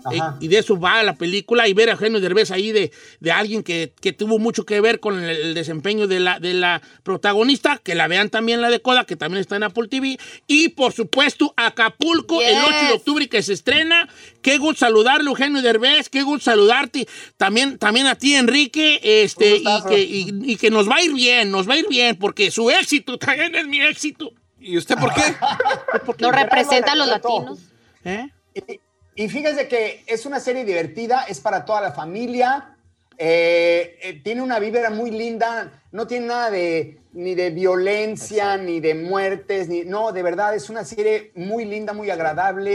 [SPEAKER 9] Ajá.
[SPEAKER 1] Eh, y de eso va la película y ver a Eugenio Derbez ahí de, de alguien que, que tuvo mucho que ver con el, el desempeño de la, de la protagonista, que la vean también la de Coda, que también está en Apple TV. Y por supuesto, Acapulco, el 8 de
[SPEAKER 5] Yes.
[SPEAKER 1] octubre que se estrena. Qué gusto saludarle, Eugenio Derbez, qué gusto saludarte. También, también a ti, Enrique, este,
[SPEAKER 9] Un
[SPEAKER 1] y
[SPEAKER 9] gustazo.
[SPEAKER 1] que, y- y que nos va a ir bien, nos va a ir bien, porque su éxito [LAUGHS] también es mi éxito.
[SPEAKER 3] ¿Y usted por
[SPEAKER 4] Ah,
[SPEAKER 3] qué?
[SPEAKER 5] no representa a los
[SPEAKER 9] Gerardo Alberto.
[SPEAKER 5] latinos.
[SPEAKER 1] ¿Eh?
[SPEAKER 9] Y, y fíjese que es una serie divertida, es para toda la familia, eh, eh, tiene una vibra muy linda, no tiene nada de ni de violencia, ni de muertes, ni no, de verdad es una serie muy linda, muy agradable,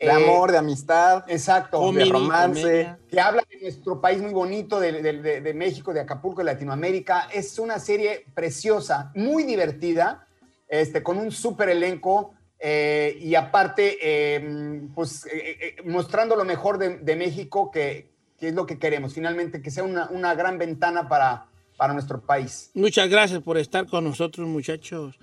[SPEAKER 8] De
[SPEAKER 9] eh,
[SPEAKER 8] amor, de amistad,
[SPEAKER 9] exacto,
[SPEAKER 1] Comedia,
[SPEAKER 8] de romance.
[SPEAKER 1] comedia.
[SPEAKER 9] que habla de nuestro país muy bonito, de, de- de- de México, de Acapulco, de Latinoamérica. Es una serie preciosa, muy divertida, este, con un súper elenco eh, y aparte, eh, pues eh, eh, mostrando lo mejor de, de México, que, que es lo que queremos. Finalmente, que sea una, una gran ventana para, para nuestro país.
[SPEAKER 1] Muchas gracias por estar con nosotros, muchachos.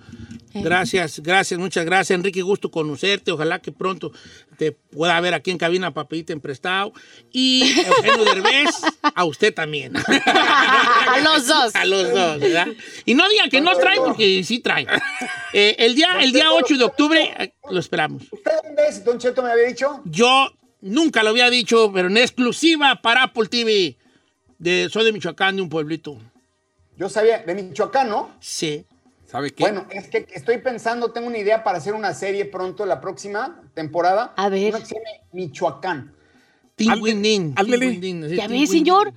[SPEAKER 5] Eh.
[SPEAKER 1] Gracias, gracias, muchas gracias, Enrique. Gusto conocerte. Ojalá que pronto te pueda ver aquí en cabina para pedirte en prestado. Y Eugenio Derbez, a usted también.
[SPEAKER 5] [LAUGHS] A los dos.
[SPEAKER 1] A los dos, ¿verdad? Y no digan que no trae, porque sí trae. Eh, el, día, el día 8 de octubre, eh, lo esperamos.
[SPEAKER 9] ¿Usted dónde es? Don Cheto me había dicho.
[SPEAKER 1] Yo nunca lo había dicho, pero en exclusiva para Apple TV. De, soy de Michoacán, de un pueblito.
[SPEAKER 9] Yo sabía, de Michoacán, ¿no?
[SPEAKER 1] Sí.
[SPEAKER 3] ¿Sabe qué?
[SPEAKER 9] Bueno, es que estoy pensando, tengo una idea para hacer una serie pronto, la próxima temporada.
[SPEAKER 5] A ver.
[SPEAKER 9] Una que se llama Michoacán.
[SPEAKER 1] Tinguindín.
[SPEAKER 4] ándele.
[SPEAKER 1] Tinguindín, así,
[SPEAKER 5] ¿Ya ve,
[SPEAKER 1] Tinguindín.
[SPEAKER 5] señor?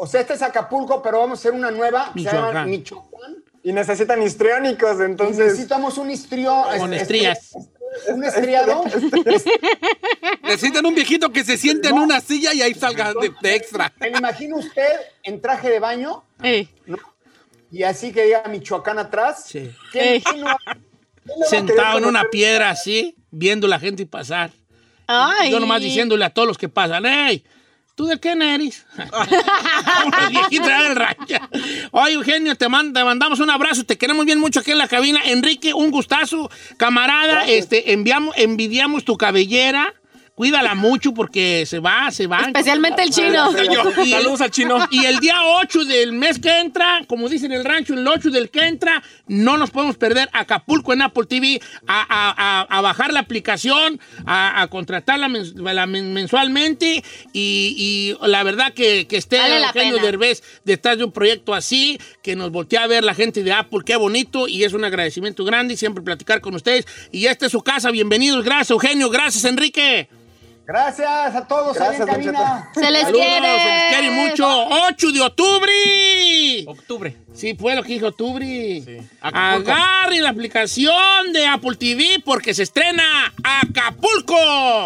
[SPEAKER 9] O sea, este es Acapulco, pero vamos a hacer una nueva. que Se llama
[SPEAKER 1] Michoacán.
[SPEAKER 9] Michoacán.
[SPEAKER 8] Y necesitan histriónicos,
[SPEAKER 9] Y
[SPEAKER 8] entonces.
[SPEAKER 9] necesitamos un estrío.
[SPEAKER 1] Con
[SPEAKER 9] est-
[SPEAKER 1] estrías.
[SPEAKER 9] est- Un estriado.
[SPEAKER 3] Necesitan un viejito que se siente en una silla y ahí salga de, de extra.
[SPEAKER 9] Me lo imagino usted en traje de baño
[SPEAKER 2] Ey,
[SPEAKER 9] y así que diga Michoacán atrás.
[SPEAKER 1] Sí.
[SPEAKER 9] ¿Quién- quién lo va- quién lo va a querer
[SPEAKER 1] Sentado en
[SPEAKER 9] conocer?
[SPEAKER 1] una piedra así, viendo la gente pasar.
[SPEAKER 5] Ay.
[SPEAKER 1] Yo nomás diciéndole a todos los que pasan, ¡Ey! ¿Tú de quién eres? [LAUGHS] Una viejita del rancho. Oye, Eugenio, te, man- te mandamos un abrazo. Te queremos bien mucho aquí en la cabina. Enrique, un gustazo. Camarada, este, enviamos, envidiamos tu cabellera. Cuídala mucho porque se va, se va.
[SPEAKER 5] Especialmente
[SPEAKER 1] ah,
[SPEAKER 5] el chino.
[SPEAKER 1] Y-
[SPEAKER 4] Saludos al chino.
[SPEAKER 1] Y el día 8 del mes que entra, como dicen en el rancho, el 8 del que entra, no nos podemos perder Acapulco en Apple TV, a, a- a- a bajar la aplicación, a, a contratarla mens- la men- mensualmente y, y la verdad que, que esté
[SPEAKER 5] Vale la
[SPEAKER 1] Eugenio
[SPEAKER 5] pena.
[SPEAKER 1] Derbez detrás de un proyecto así, que nos voltea a ver la gente de Apple, qué bonito y es un agradecimiento grande y siempre platicar con ustedes. Y esta es su casa, bienvenidos, gracias Eugenio, gracias Enrique.
[SPEAKER 9] Gracias a todos ahí en
[SPEAKER 8] Gracias, Don
[SPEAKER 9] cabina.
[SPEAKER 5] Se les
[SPEAKER 1] Saludos,
[SPEAKER 5] quiere.
[SPEAKER 1] se les quiere mucho. 8 de octubre.
[SPEAKER 4] Octubre.
[SPEAKER 1] Sí, fue lo que dijo Octubre.
[SPEAKER 4] Acapulco.
[SPEAKER 1] Agarre la aplicación de Apple TV porque se estrena Acapulco.